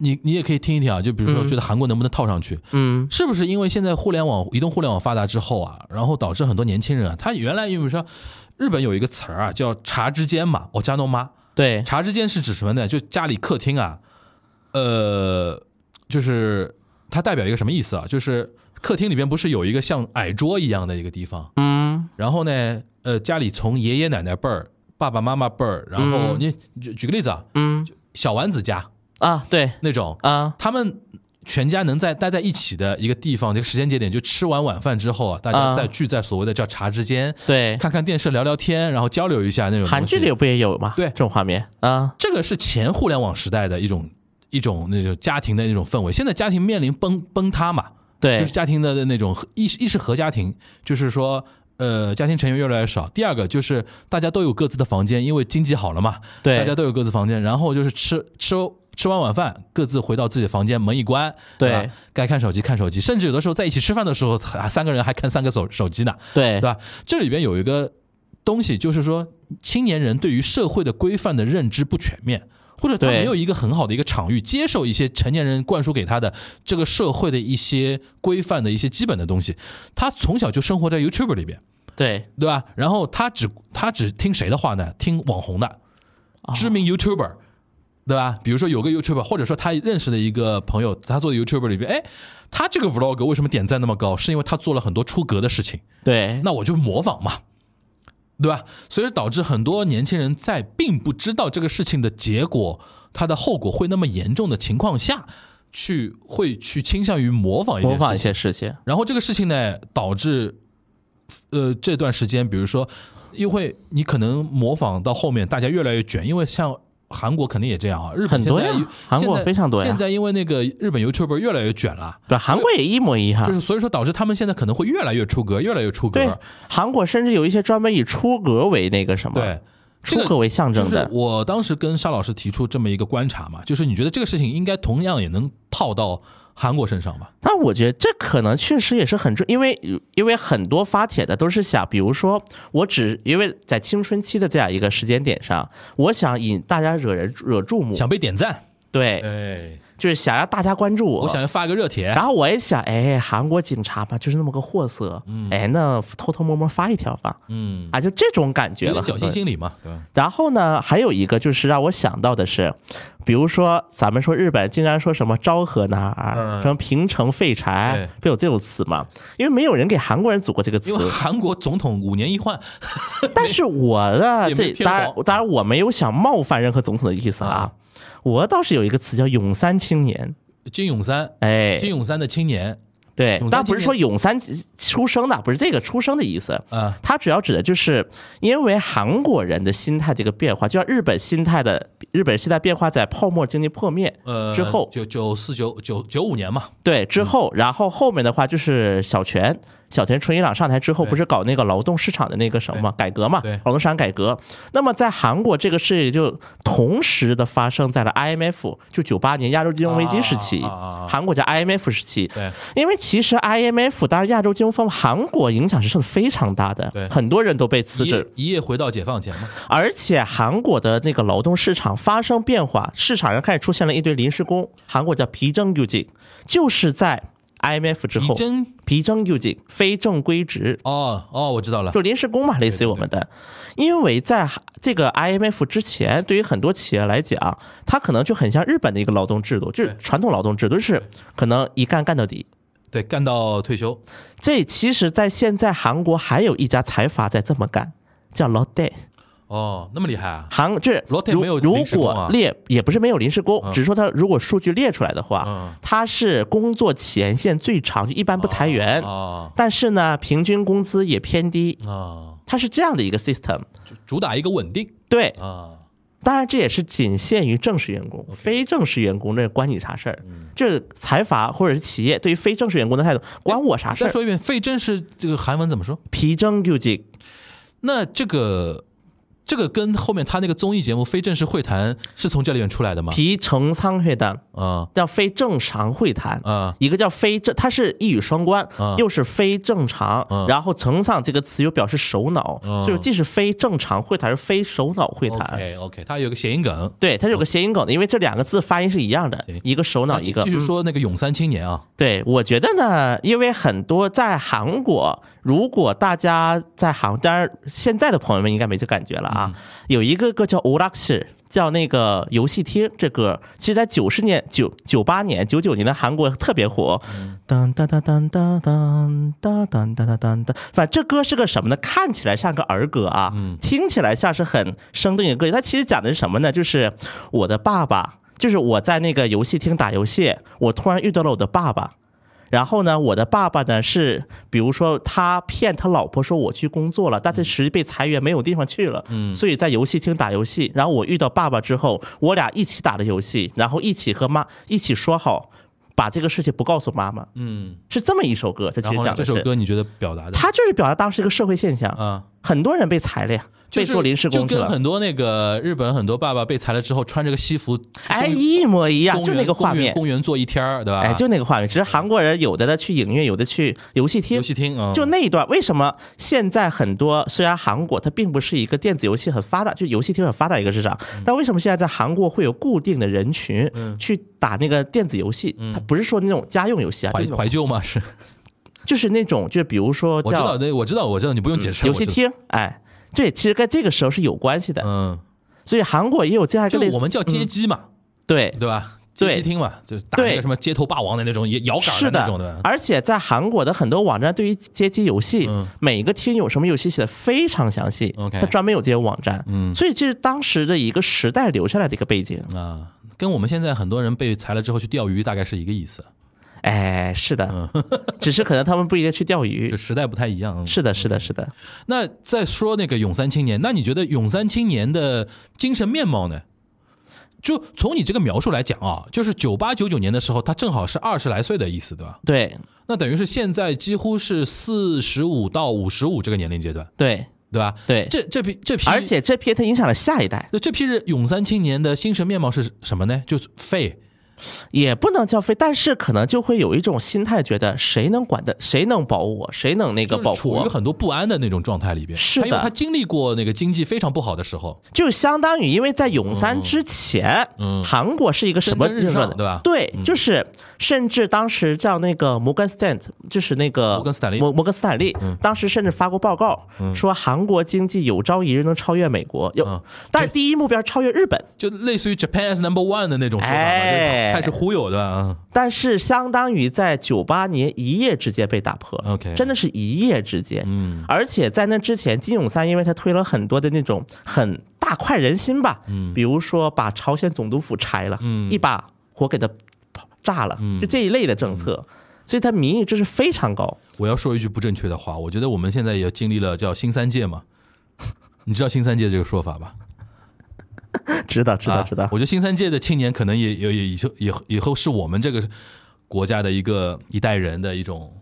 Speaker 5: 你你也可以听一听啊，就比如说觉得韩国能不能套上去，
Speaker 6: 嗯，
Speaker 5: 是不是因为现在互联网、移动互联网发达之后啊，然后导致很多年轻人啊，他原来因为说日本有一个词儿啊，叫“茶之间”嘛，哦，加诺妈。
Speaker 6: 对，
Speaker 5: 茶之间是指什么呢？就家里客厅啊，呃，就是它代表一个什么意思啊？就是客厅里边不是有一个像矮桌一样的一个地方，
Speaker 6: 嗯，
Speaker 5: 然后呢，呃，家里从爷爷奶奶辈儿、爸爸妈妈辈儿，然后
Speaker 6: 嗯
Speaker 5: 你举举个例子啊，
Speaker 6: 嗯，
Speaker 5: 小丸子家
Speaker 6: 啊，对，
Speaker 5: 那种，
Speaker 6: 啊，
Speaker 5: 他们全家能在待在一起的一个地方，这个时间节点，就吃完晚饭之后啊，大家
Speaker 6: 啊
Speaker 5: 再聚在所谓的叫茶之间，
Speaker 6: 对，
Speaker 5: 看看电视、聊聊天，然后交流一下那种。
Speaker 6: 韩剧里不也有吗？
Speaker 5: 对
Speaker 6: 这种画面啊，
Speaker 5: 这个是前互联网时代的一种一种那种家庭的那种氛围，现在家庭面临崩崩塌嘛，就
Speaker 6: 对
Speaker 5: 是，家庭的那种一一是和家庭，就是说。呃，家庭成员越来越少。第二个就是大家都有各自的房间，因为经济好了嘛，
Speaker 6: 对
Speaker 5: 大家都有各自房间。然后就是吃吃吃完晚饭，各自回到自己的房间，门一关，
Speaker 6: 对
Speaker 5: 吧该看手机看手机，甚至有的时候在一起吃饭的时候，还三个人还看三个手手机呢。
Speaker 6: 对
Speaker 5: 对，吧？这里边有一个东西，就是说青年人对于社会的规范的认知不全面，或者他
Speaker 6: 对
Speaker 5: 没有一个很好的一个场域接受一些成年人灌输给他的这个社会的一些规范的一些基本的东西。他从小就生活在 YouTube 里边，
Speaker 6: 对，
Speaker 5: 对吧？然后他只他只听谁的话呢？听网红的，
Speaker 6: 哦
Speaker 5: 知名 YouTuber。对吧？比如说有个 YouTuber，或者说他认识的一个朋友，他做的 YouTuber 里边，哎，他这个 Vlog 为什么点赞那么高？是因为他做了很多出格的事情。
Speaker 6: 对，
Speaker 5: 那我就模仿嘛，对吧？所以导致很多年轻人在并不知道这个事情的结果，它的后果会那么严重的情况下，去会去倾向于模仿一件
Speaker 6: 模
Speaker 5: 事
Speaker 6: 仿一
Speaker 5: 情
Speaker 6: 些事情，
Speaker 5: 然后这个事情呢，导致呃这段时间，比如说，因为你可能模仿到后面，大家越来越卷，因为像。韩国肯定也这样啊，日本
Speaker 6: 很多呀
Speaker 5: 现在
Speaker 6: 韩国
Speaker 5: 现在
Speaker 6: 非常多呀
Speaker 5: 现在因为那个日本 YouTuber 越来越卷了，
Speaker 6: 对，韩国也一模一
Speaker 5: 就
Speaker 6: 样
Speaker 5: 是。所以说导致他们现在可能会越来越出格，越来越出格。
Speaker 6: 啊对，韩国甚至有一些专门以出格为那个什么，
Speaker 5: 对，这
Speaker 6: 出
Speaker 5: 个
Speaker 6: 格为象征的
Speaker 5: 就是，我当时跟沙老师提出这么一个观察嘛，就是你觉得这个事情应该同样也能套到韩国身上吧？
Speaker 6: 但我觉得这可能确实也是很重，因为因为很多发帖的都是想，比如说我只因为在青春期的这样一个时间点上，我想引大家惹人惹注目，
Speaker 5: 想被点赞，
Speaker 6: 对，
Speaker 5: 哎，
Speaker 6: 就是想让大家关注我。
Speaker 5: 我想要发个热帖
Speaker 6: 然，后我也想，哎，韩国警察嘛，就是那么个货色，哎，那偷偷摸摸发一条吧，
Speaker 5: 嗯，
Speaker 6: 啊，就这种感觉
Speaker 5: 有
Speaker 6: 了。
Speaker 5: 点侥
Speaker 6: 很多
Speaker 5: 幸
Speaker 6: 人
Speaker 5: 心理嘛，对吧，
Speaker 6: 然后呢，还有一个就是让我想到的是，比如说咱们说日本竟然说什么昭和男儿，
Speaker 5: 嗯
Speaker 6: 什么平成废柴，不有这种词吗？因为没有人给韩国人组过这个词
Speaker 5: 因。为韩国总统五年一换，
Speaker 6: 但是我的
Speaker 5: 也没
Speaker 6: 这
Speaker 5: 有偏
Speaker 6: 当然
Speaker 5: 黄
Speaker 6: 当然我没有想冒犯任何总统的意思啊，我倒是有一个词叫“永三青年
Speaker 5: 金泳三”，，
Speaker 6: 哎，
Speaker 5: 金泳三的青年，
Speaker 6: 对
Speaker 5: 永，三
Speaker 6: 但不是
Speaker 5: 青
Speaker 6: 说
Speaker 5: 年
Speaker 6: 永三出生的，不是这个出生的意思。
Speaker 5: 啊，
Speaker 6: 它主要指的就是因为韩国人的心态的一个变化，就像日本心态的日本心态变化在泡沫经济破灭
Speaker 5: 呃，
Speaker 6: 之后，
Speaker 5: 九九四九九九五年嘛，
Speaker 6: 对之后，然后后面的话就是小泉小泉纯一郎上台之后，
Speaker 5: 对
Speaker 6: 不是搞那个劳动市场的那个什么嘛改革嘛
Speaker 5: 对，
Speaker 6: 劳动市场改革。那么在韩国这个事情就同时的发生在了 IMF 就九八年亚洲金融危机时期
Speaker 5: 啊啊啊啊，
Speaker 6: 韩国叫 IMF 时期，
Speaker 5: 对，
Speaker 6: 因为其实 IMF 当然亚洲金融风韩国影响是受得非常大的
Speaker 5: 对，
Speaker 6: 很多人都被辞
Speaker 5: 一
Speaker 6: 职
Speaker 5: 夜，一夜回到解放前嘛，
Speaker 6: 而且韩国的那个劳动市场发生变化，市场上开始出现了一堆临时工，韩国叫皮正규직，就是在 IMF 之
Speaker 5: 比
Speaker 6: 后
Speaker 5: 真
Speaker 6: 비정규직非正规职，
Speaker 5: 哦哦，我知道了
Speaker 6: 就，临时工嘛，类似于我们的。因为在这个 IMF 之前，对于很多企业来讲，它可能就很像日本的一个劳动制度，就是
Speaker 5: 对
Speaker 6: 传统劳动制度，就是可能一干干到底。
Speaker 5: 对，干到退休，
Speaker 6: 这其实，在现在韩国还有一家财阀在这么干，叫 Lotte。
Speaker 5: 哦，那么厉害啊，
Speaker 6: 韩就是如
Speaker 5: Lotte 没有
Speaker 6: 如
Speaker 5: 临时工啊
Speaker 6: 果列也不是没有临时工，
Speaker 5: 嗯
Speaker 6: 只是说他如果数据列出来的
Speaker 5: 嗯
Speaker 6: 话，他是工作前线最长，就一般不裁员，
Speaker 5: 啊
Speaker 6: 但是呢，平均工资也偏低，
Speaker 5: 啊，
Speaker 6: 它是这样的一个 system。
Speaker 5: 就主打一个稳定
Speaker 6: 对，
Speaker 5: 啊，
Speaker 6: 当然这也是仅限于正式员工，非正式员工那关你啥事儿？
Speaker 5: 嗯
Speaker 6: 就是财阀或者是企业对于非正式员工的态度，管我啥事
Speaker 5: 再
Speaker 6: 儿？
Speaker 5: 说一遍，费正是这个韩文怎么说？
Speaker 6: 皮征就进。
Speaker 5: 那这个这个跟后面他那个综艺节目《非正式会谈》是从这里面出来的吗？
Speaker 6: 皮城仓会谈
Speaker 5: 啊
Speaker 6: 叫非正常会谈。
Speaker 5: 啊
Speaker 6: 一个叫非正，它是一语双关，
Speaker 5: 嗯
Speaker 6: 又是非正常，
Speaker 5: 嗯
Speaker 6: 然后“呈上”这个词又表示首脑，
Speaker 5: 嗯
Speaker 6: 所以既是非正常会谈，是非首脑会谈。
Speaker 5: ，OK OK，他有个谐音梗，
Speaker 6: 对，它是有个谐音梗的，因为这两个字发音是一样的
Speaker 5: 行，
Speaker 6: 一个首脑，
Speaker 5: 那
Speaker 6: 一个
Speaker 5: 继续
Speaker 6: 嗯
Speaker 5: 说那个永三青年啊，
Speaker 6: 对，我觉得呢，因为很多在韩国，如果大家在韩，当然现在的朋友们应该没这感觉了啊，有一个歌叫 o l a x 叫那个游戏厅，这歌其实在九十年九九八年九九年的韩国特别火，当当当当当当当当当当当，反正这歌是个什么呢？看起来像个儿歌啊，听起来像是很生动的歌，它其实讲的是什么呢？就是我的爸爸。就是我在那个游戏厅打游戏，我突然遇到了我的爸爸，然后呢，我的爸爸呢是，比如说他骗他老婆说我去工作了，但他实际被裁员，没有地方去了，嗯，所以在游戏厅打游戏。然后我遇到爸爸之后，我俩一起打的游戏，然后一起和妈一起说好，把这个事情不告诉妈妈，
Speaker 5: 嗯，
Speaker 6: 是这么一首歌。这其
Speaker 5: 然
Speaker 6: 实
Speaker 5: 后呢
Speaker 6: 讲
Speaker 5: 这
Speaker 6: 的
Speaker 5: 首
Speaker 6: 是，
Speaker 5: 歌你觉得表达的
Speaker 6: 他就是表达当时一个社会现象，
Speaker 5: 啊？
Speaker 6: 很多人被裁了呀，
Speaker 5: 就
Speaker 6: 被
Speaker 5: 是
Speaker 6: 做临时工去
Speaker 5: 就跟
Speaker 6: 了，
Speaker 5: 很多那个日本很多爸爸被裁了之后，穿着个西服，
Speaker 6: 哎，一模一样，
Speaker 5: 公园
Speaker 6: 就那个画
Speaker 5: 公
Speaker 6: 面
Speaker 5: 园，公园坐一天儿，对吧？
Speaker 6: 哎，就那个画面。只是韩国人有的呢去影院，有的去游戏厅
Speaker 5: 游，戏厅啊，嗯
Speaker 6: 就那一段，为什么现在很多虽然韩国它并不是一个电子游戏很发达，就游戏厅很发达一个市场，
Speaker 5: 嗯
Speaker 6: 但为什么现在在韩国会有固定的人群去打那个电子游戏？它不是说那种家用游戏啊，
Speaker 5: 嗯怀
Speaker 6: 这种
Speaker 5: 怀旧嘛，是
Speaker 6: 就是那种就是比如说
Speaker 5: 我知道
Speaker 6: 叫
Speaker 5: 那我知道我知道，你不用解释。
Speaker 6: 游
Speaker 5: 我
Speaker 6: 戏
Speaker 5: 知道，
Speaker 6: 厅，哎，对，其实跟这个时候是有关系的，
Speaker 5: 嗯，
Speaker 6: 所以韩国也有这样一
Speaker 5: 就
Speaker 6: 个类似，
Speaker 5: 我们叫街机嘛，
Speaker 6: 对
Speaker 5: 对吧？
Speaker 6: 对
Speaker 5: 街机厅嘛，就是打那个
Speaker 6: 对
Speaker 5: 什么街头霸王的那种摇摇
Speaker 6: 是
Speaker 5: 杆那种
Speaker 6: 的
Speaker 5: 的，，
Speaker 6: 而且在韩国的很多网站对于街机游戏，
Speaker 5: 嗯
Speaker 6: 每个厅有什么游戏写的非常详细
Speaker 5: OK
Speaker 6: 它专门有这些网站，
Speaker 5: 嗯
Speaker 6: 所以这是当时的一个时代留下来的一个背景。
Speaker 5: 啊，跟我们现在很多人被裁了之后去钓鱼大概是一个意思，
Speaker 6: 哎，是的，
Speaker 5: 嗯
Speaker 6: 只是可能他们不一定去钓
Speaker 5: 就
Speaker 6: 鱼。
Speaker 5: 时代不太一样。嗯
Speaker 6: 是的，是的，是的。
Speaker 5: 那再说那个永三青年，那你觉得永三青年的精神面貌呢？就从你这个描述来讲啊，就是九八九九年的时候，他正好是二十来岁的意思，对吧？
Speaker 6: 对
Speaker 5: 那等于是现在几乎是四十五到五十五这个年龄阶段，
Speaker 6: 对
Speaker 5: 对吧？
Speaker 6: 对，
Speaker 5: 这这批这批，
Speaker 6: 而且这篇它影响了下一代，
Speaker 5: 那这批人永三青年的精神面貌是什么呢？就是废，
Speaker 6: 也不能叫非，但是可能就会有一种心态，觉得谁能管的，谁能保我，谁能那个
Speaker 5: 就是
Speaker 6: 保护
Speaker 5: 处于
Speaker 6: 我，
Speaker 5: 很多不安的那种状态里边。
Speaker 6: 是
Speaker 5: 还有
Speaker 6: 的
Speaker 5: 他经历过那个经济非常不好的时候，
Speaker 6: 就相当于，因为在永三之前，
Speaker 5: 嗯
Speaker 6: 韩国是一个什么
Speaker 5: 蒸蒸日上
Speaker 6: 的，
Speaker 5: 对吧嗯
Speaker 6: 对，就是甚至当时叫那个摩根斯坦，就是那个
Speaker 5: 摩根斯坦利嗯
Speaker 6: 摩摩根斯坦利，当时甚至发过报告说韩国经济有朝一日能超越美国，
Speaker 5: 嗯
Speaker 6: 有，但是第一目标是超越日本，
Speaker 5: 就类似于 Japan is number one 的那种说法嘛，
Speaker 6: 哎
Speaker 5: 就是开始忽悠的啊。
Speaker 6: 但是相当于在九八年一夜之间被打破
Speaker 5: OK
Speaker 6: 真的是一夜之间。
Speaker 5: 嗯，
Speaker 6: 而且在那之前，金泳三因为他推了很多的那种很大快人心吧，嗯，比如说把朝鲜总督府拆了，嗯，一把火给他跑炸了，
Speaker 5: 嗯
Speaker 6: 就这一类的政策，所以他民意支持非常高。
Speaker 5: 我要说一句不正确的话，我觉得我们现在也经历了叫新三届嘛， 你知道新三届这个说法吧？
Speaker 6: 知道，知道，
Speaker 5: 啊
Speaker 6: 知道
Speaker 5: 我。觉得新三届的青年可能也也也以后以后以后是我们这个国家的一个一代人的一种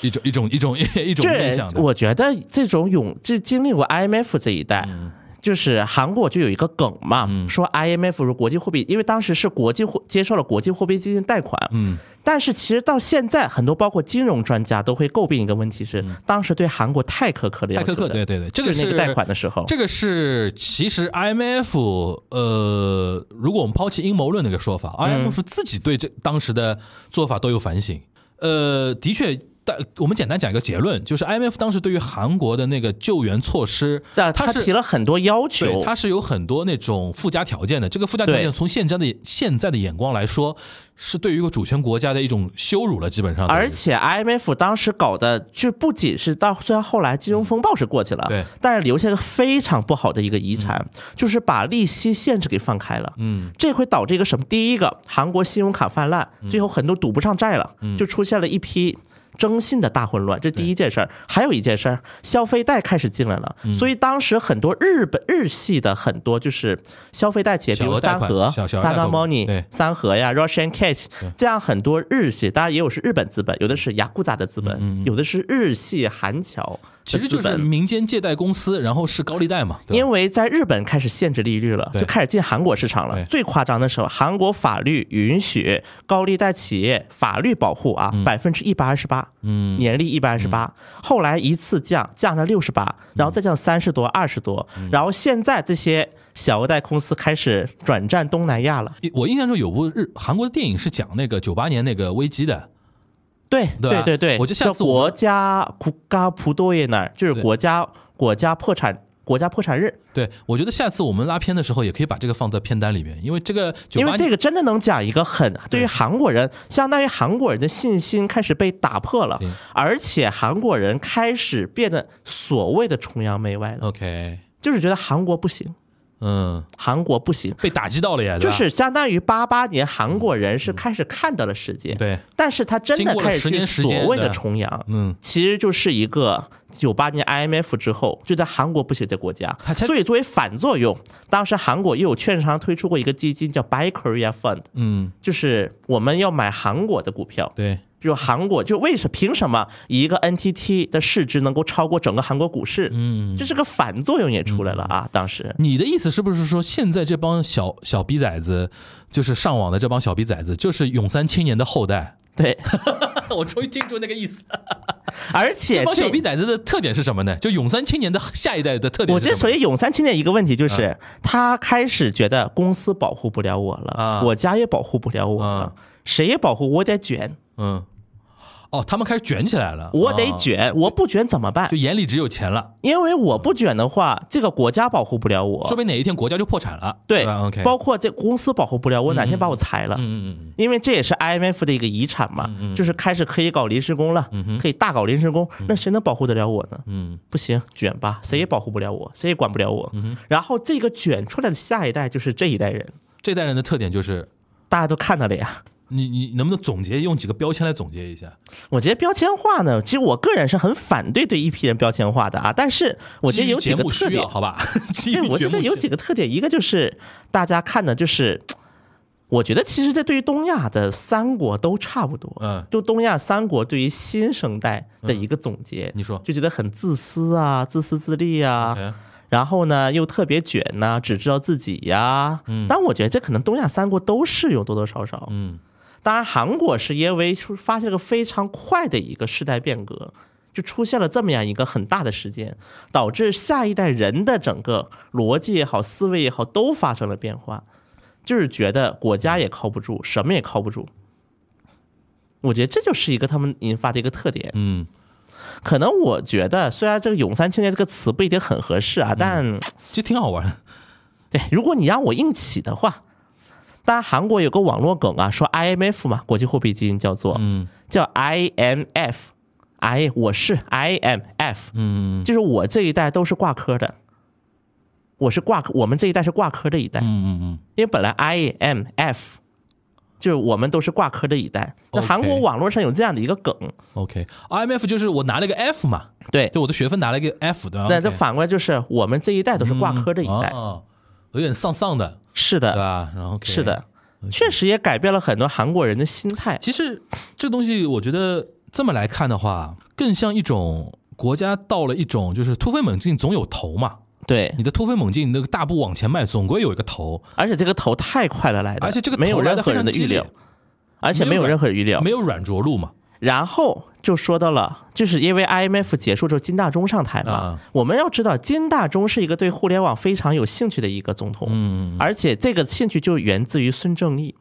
Speaker 5: 一种一种一种一种面
Speaker 6: 这
Speaker 5: 向的。
Speaker 6: 我觉得这种勇，这经历过 IMF 这一代。
Speaker 5: 嗯
Speaker 6: 就是韩国就有一个梗嘛，说 IMF 如国际货币，因为当时是国际货接受了国际货币基金贷款，
Speaker 5: 嗯，
Speaker 6: 但是其实到现在，很多包括金融专家都会诟病一个问题是，
Speaker 5: 嗯
Speaker 6: 当时对韩国太苛刻了要
Speaker 5: 泰
Speaker 6: 求
Speaker 5: 克
Speaker 6: 的，
Speaker 5: 克，对对对，这个
Speaker 6: 就是那个贷款的时候
Speaker 5: 这个是其实 IMF
Speaker 6: 嗯
Speaker 5: 呃，如果我们抛弃阴谋论那个说法，IMF 自己对这当时的做法都有反省。呃，的确。但我们简单讲一个结论，就是 IMF 当时对于韩国的那个救援措施，
Speaker 6: 但
Speaker 5: 它
Speaker 6: 他
Speaker 5: 是
Speaker 6: 提了很多要求
Speaker 5: 对，，它是有很多那种附加条件的。这个附加条件
Speaker 6: 对
Speaker 5: 从现在的现在的眼光来说，是对于一个主权国家的一种羞辱了，基本上。
Speaker 6: 而且 IMF 当时搞的就不仅是到虽然后来金融风暴是过去了，
Speaker 5: 对
Speaker 6: 但是留下一个非常不好的一个遗产，就是把利息限制给放开了。
Speaker 5: 嗯，
Speaker 6: 这会导致一个什么？第一个，韩国信用卡泛滥，最后很多赌不上债了，
Speaker 5: 嗯
Speaker 6: 就出现了一批。征信的大混乱，这是第一件事儿。还有一件事儿，消费贷开始进来
Speaker 5: 嗯
Speaker 6: 了，所以当时很多日本日系的很多就是消费贷企业，比
Speaker 5: 小
Speaker 6: 如
Speaker 5: 额贷
Speaker 6: 三
Speaker 5: 款
Speaker 6: 和、
Speaker 5: 小小额贷
Speaker 6: Sana
Speaker 5: 款
Speaker 6: Money，
Speaker 5: 对
Speaker 6: 三和呀、Russian Cash
Speaker 5: 嗯
Speaker 6: 这样很多日系，当然也有是日本资本，有的是雅库扎的资
Speaker 5: 嗯
Speaker 6: 本，有的是日系韩侨
Speaker 5: 其
Speaker 6: 的
Speaker 5: 实
Speaker 6: 资
Speaker 5: 就是
Speaker 6: 本。
Speaker 5: 民间借贷公司，然后是高利贷嘛。对吧
Speaker 6: 因为在日本开始限制利率了，
Speaker 5: 对
Speaker 6: 就开始进韩国市场了
Speaker 5: 对。
Speaker 6: 最夸张的时候，韩国法律允许高利贷企业法律保护啊，百分之一百二十八，
Speaker 5: 嗯嗯
Speaker 6: 年利一百二十八，后来一次降，降到六十八，然后再降三十多、二十多，然后现在这些小额贷公司开始转战东南亚了。
Speaker 5: 我印象中有部日韩国的电影是讲那个九八年那个危机的，
Speaker 6: 对
Speaker 5: 对吧
Speaker 6: 对对对，
Speaker 5: 我就下次
Speaker 6: 叫
Speaker 5: 我们
Speaker 6: 国家国家葡多耶那儿，就是
Speaker 5: 对
Speaker 6: 国家国家破产国家破产日，
Speaker 5: 对我觉得下次我们拉片的时候也可以把这个放在片单里面，因为这个九
Speaker 6: 因为
Speaker 5: 八
Speaker 6: 这
Speaker 5: 年
Speaker 6: 个真的能讲一个很对于韩国人，相当于韩国人的信心开始被打破了
Speaker 5: 对，
Speaker 6: 而且韩国人开始变得所谓的崇洋媚
Speaker 5: 嗯
Speaker 6: 外了，
Speaker 5: OK，
Speaker 6: 就是觉得韩国不行，
Speaker 5: 嗯，
Speaker 6: 韩国不行。
Speaker 5: 被打击到了呀，对
Speaker 6: 就
Speaker 5: 吧嗯
Speaker 6: 是相当于八八年韩国人是开始看到了世界，
Speaker 5: 对，
Speaker 6: 但是他真
Speaker 5: 经
Speaker 6: 的
Speaker 5: 过了
Speaker 6: 开始
Speaker 5: 10年
Speaker 6: 去
Speaker 5: 时间
Speaker 6: 所谓的
Speaker 5: 对
Speaker 6: 崇洋，
Speaker 5: 嗯，
Speaker 6: 其实就是一个九八年 IMF 之后就在韩国不行的国家
Speaker 5: 它它，
Speaker 6: 所以作为反作用，当时韩国又有券商推出过一个基金叫 Buy Korea Fund，
Speaker 5: 嗯，
Speaker 6: 就是我们要买韩国的股票，
Speaker 5: 对，
Speaker 6: 就韩国就为什凭什么一个 NTT 的市值能够超过整个韩国股市？嗯，这是个反作用也出来了啊，当时。
Speaker 5: 你的意思是不是说，现在这帮小小逼崽子，就是上网的这帮小逼崽子，就是永三青年的后代？
Speaker 6: 对，
Speaker 5: 我终于听出那个意思。
Speaker 6: 而
Speaker 5: 这
Speaker 6: 且
Speaker 5: 帮小
Speaker 6: 哎这
Speaker 5: 逼崽子的特点是什么呢？就永三青年的下一代的特点
Speaker 6: 我
Speaker 5: 是什么嗯呢。
Speaker 6: 这所以永三青年一个问题就是，他开始觉得公司保护不了我了
Speaker 5: 啊，
Speaker 6: 国家也保护不了我
Speaker 5: 啊
Speaker 6: 了，谁也保护我得卷，
Speaker 5: 嗯，哦，他们开始卷起来了，
Speaker 6: 我得
Speaker 5: 哦，
Speaker 6: 卷，我不卷怎么办
Speaker 5: 就？眼里只有钱了，
Speaker 6: 因为我不卷的话，这个国家保护不了
Speaker 5: 说
Speaker 6: 我，
Speaker 5: 明哪一天国家就破产了，
Speaker 6: 对
Speaker 5: 吧？OK，
Speaker 6: 包括这公司保护不了我，哪天把我裁了。
Speaker 5: 嗯嗯嗯
Speaker 6: 因为这也是 IMF 的一个遗产嘛，就是开始可以搞临时工了，可以大搞临时工，那谁能保护得了我呢？
Speaker 5: 嗯
Speaker 6: 不行，卷吧，谁也保护不了我，谁也管不了我。然后这个卷出来的下一代就是这一代人，
Speaker 5: 嗯，这代人的特点就是，
Speaker 6: 大家都看到了呀。
Speaker 5: 你你能不能总结用几个标签来总结一下？
Speaker 6: 我觉得标签化呢，其实我个人是很反对对一批人标签化的啊，但是我觉得有
Speaker 5: 基于节
Speaker 6: 几个
Speaker 5: 目
Speaker 6: 特
Speaker 5: 需
Speaker 6: 点
Speaker 5: 要，，好 吧？基于
Speaker 6: 对，我觉
Speaker 5: 节
Speaker 6: 得
Speaker 5: 目
Speaker 6: 有
Speaker 5: 需
Speaker 6: 几个特点，一个就是大家看的就是，我觉得其实这对于东亚的三国都差不多，
Speaker 5: 嗯
Speaker 6: 就东亚三国对于新生代的一个总结，
Speaker 5: 嗯你说
Speaker 6: 就觉得很自私啊，自私自利啊，
Speaker 5: 嗯
Speaker 6: 然后呢又特别卷呐、只知道自己呀、但我觉得这可能东亚三国都是有多多少少，
Speaker 5: 嗯
Speaker 6: 当然，韩国是因为出发现了个非常快的一个世代变革，就出现了这么样一个很大的事件，导致下一代人的整个逻辑也好、思维也好都发生了变化，就是觉得国家也靠不住，什么也靠不住。我觉得这就是一个他们引发的一个特点。
Speaker 5: 嗯，
Speaker 6: 可能我觉得，虽然这个“永三青年”这个词不一定很合适啊，但
Speaker 5: 其实挺好玩的。
Speaker 6: 对，如果你让我硬起的话，当然韩国有个网络梗啊，说 IMF 嘛，国际货币基金叫做，
Speaker 5: 嗯，
Speaker 6: 叫 IMF。I 我是 IMF，
Speaker 5: 嗯
Speaker 6: 就是我这一代都是挂科的，我是挂科，我们这一代是挂科的一代，
Speaker 5: 嗯嗯嗯，
Speaker 6: 因为本来 IMF 就是我们都是挂科的一代。那
Speaker 5: OK
Speaker 6: 韩国网络上有这样的一个梗，
Speaker 5: OK，IMF 就是我拿了个 F 嘛，
Speaker 6: 对，
Speaker 5: 就我的学分拿了一个 F 的，
Speaker 6: 那这反过来就是我们这一代都是挂科的一代，
Speaker 5: 哦，有点丧丧的，
Speaker 6: 是
Speaker 5: 对
Speaker 6: 的，
Speaker 5: 吧？然后
Speaker 6: 是，的，确实也改变了很多韩国人的心态。
Speaker 5: 其实这个东西我觉得这么来看的话，更像一种国家到了一种就是突飞猛进，总有头嘛。
Speaker 6: 对
Speaker 5: 你，的突飞猛进，你那个大步往前迈，总归有一个头，
Speaker 6: 而且这个头太快了来的，
Speaker 5: 而且这个
Speaker 6: 没有
Speaker 5: 头来
Speaker 6: 任
Speaker 5: 的
Speaker 6: 何
Speaker 5: 非
Speaker 6: 人
Speaker 5: 常
Speaker 6: 的
Speaker 5: 激
Speaker 6: 预
Speaker 5: 烈
Speaker 6: 料，，而且没有任何人预料
Speaker 5: 没。有软着陆嘛。
Speaker 6: 然后就说到了，就是因为 IMF 结束之后，金大中上台嘛。
Speaker 5: 啊
Speaker 6: 我们要知道，金大中是一个对互联网非常有兴趣的一个总统，
Speaker 5: 嗯，
Speaker 6: 而且这个兴趣就源自于孙正义。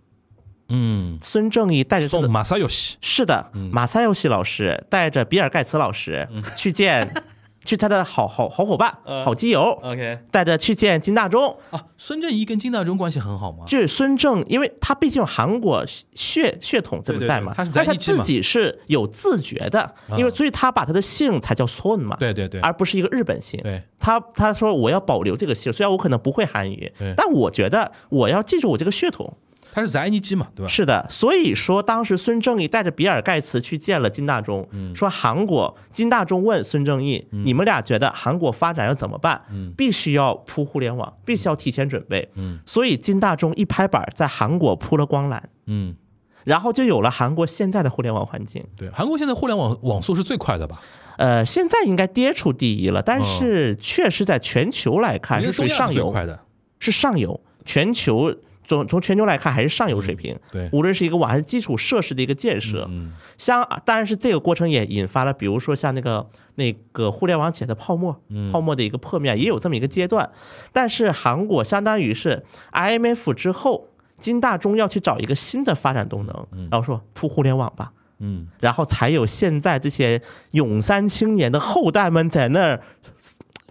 Speaker 5: 嗯，
Speaker 6: 孙正义带着他的
Speaker 5: 送马萨嗯游戏，
Speaker 6: 是的，马塞尤西老师带着比尔盖茨老师
Speaker 5: 嗯
Speaker 6: 去见 去他的好好好伙伴、
Speaker 5: 呃
Speaker 6: 好基友，
Speaker 5: OK
Speaker 6: 带着去见金大中，
Speaker 5: 啊，孙正义跟金大中关系很好吗？
Speaker 6: 就是孙正，因为他毕竟有韩国血血统这么在嘛，
Speaker 5: 对对对他是
Speaker 6: 但
Speaker 5: 在
Speaker 6: 他
Speaker 5: 意志嘛啊
Speaker 6: 自己是有自觉的，因为所以他把他的姓才叫孙嘛，
Speaker 5: 对对对
Speaker 6: 而不是一个日本姓。
Speaker 5: 对，
Speaker 6: 他他说我要保留这个姓，虽然我可能不会韩语
Speaker 5: 对，
Speaker 6: 但我觉得我要记住我这个血统。
Speaker 5: 他是宅尼基嘛，对吧？
Speaker 6: 是的，所以说当时孙正义带着比尔盖茨去见了金大中，
Speaker 5: 嗯
Speaker 6: 说韩国金大中问孙正义，你们俩觉得韩国发展要怎么办？
Speaker 5: 嗯
Speaker 6: 必须要铺互联网，必须要提前准备。所以金大中一拍板，在韩国铺了光缆，
Speaker 5: 嗯，
Speaker 6: 然后就有了韩国现在的互联网环境。
Speaker 5: 对，韩国现在互联网网速是最快的吧？
Speaker 6: 呃，现在应该跌出第一了，但是确实在全球来看
Speaker 5: 哦因
Speaker 6: 是
Speaker 5: 为
Speaker 6: 属于
Speaker 5: 东亚
Speaker 6: 上
Speaker 5: 是最
Speaker 6: 游，
Speaker 5: 快的，
Speaker 6: 是上游，全球。从从全球来看，还是上游水平。
Speaker 5: 嗯对
Speaker 6: 无论是一个网还是基础设施的一个建设，
Speaker 5: 嗯，
Speaker 6: 像当然是这个过程也引发了，比如说像那个那个互联网企业的泡沫，泡沫的一个破灭也有这么一个阶段。但是韩国相当于是 IMF 之后，金大中要去找一个新的发展动能，然后说铺互联网吧。
Speaker 5: 嗯，
Speaker 6: 然后才有现在这些永三青年的后代们在那儿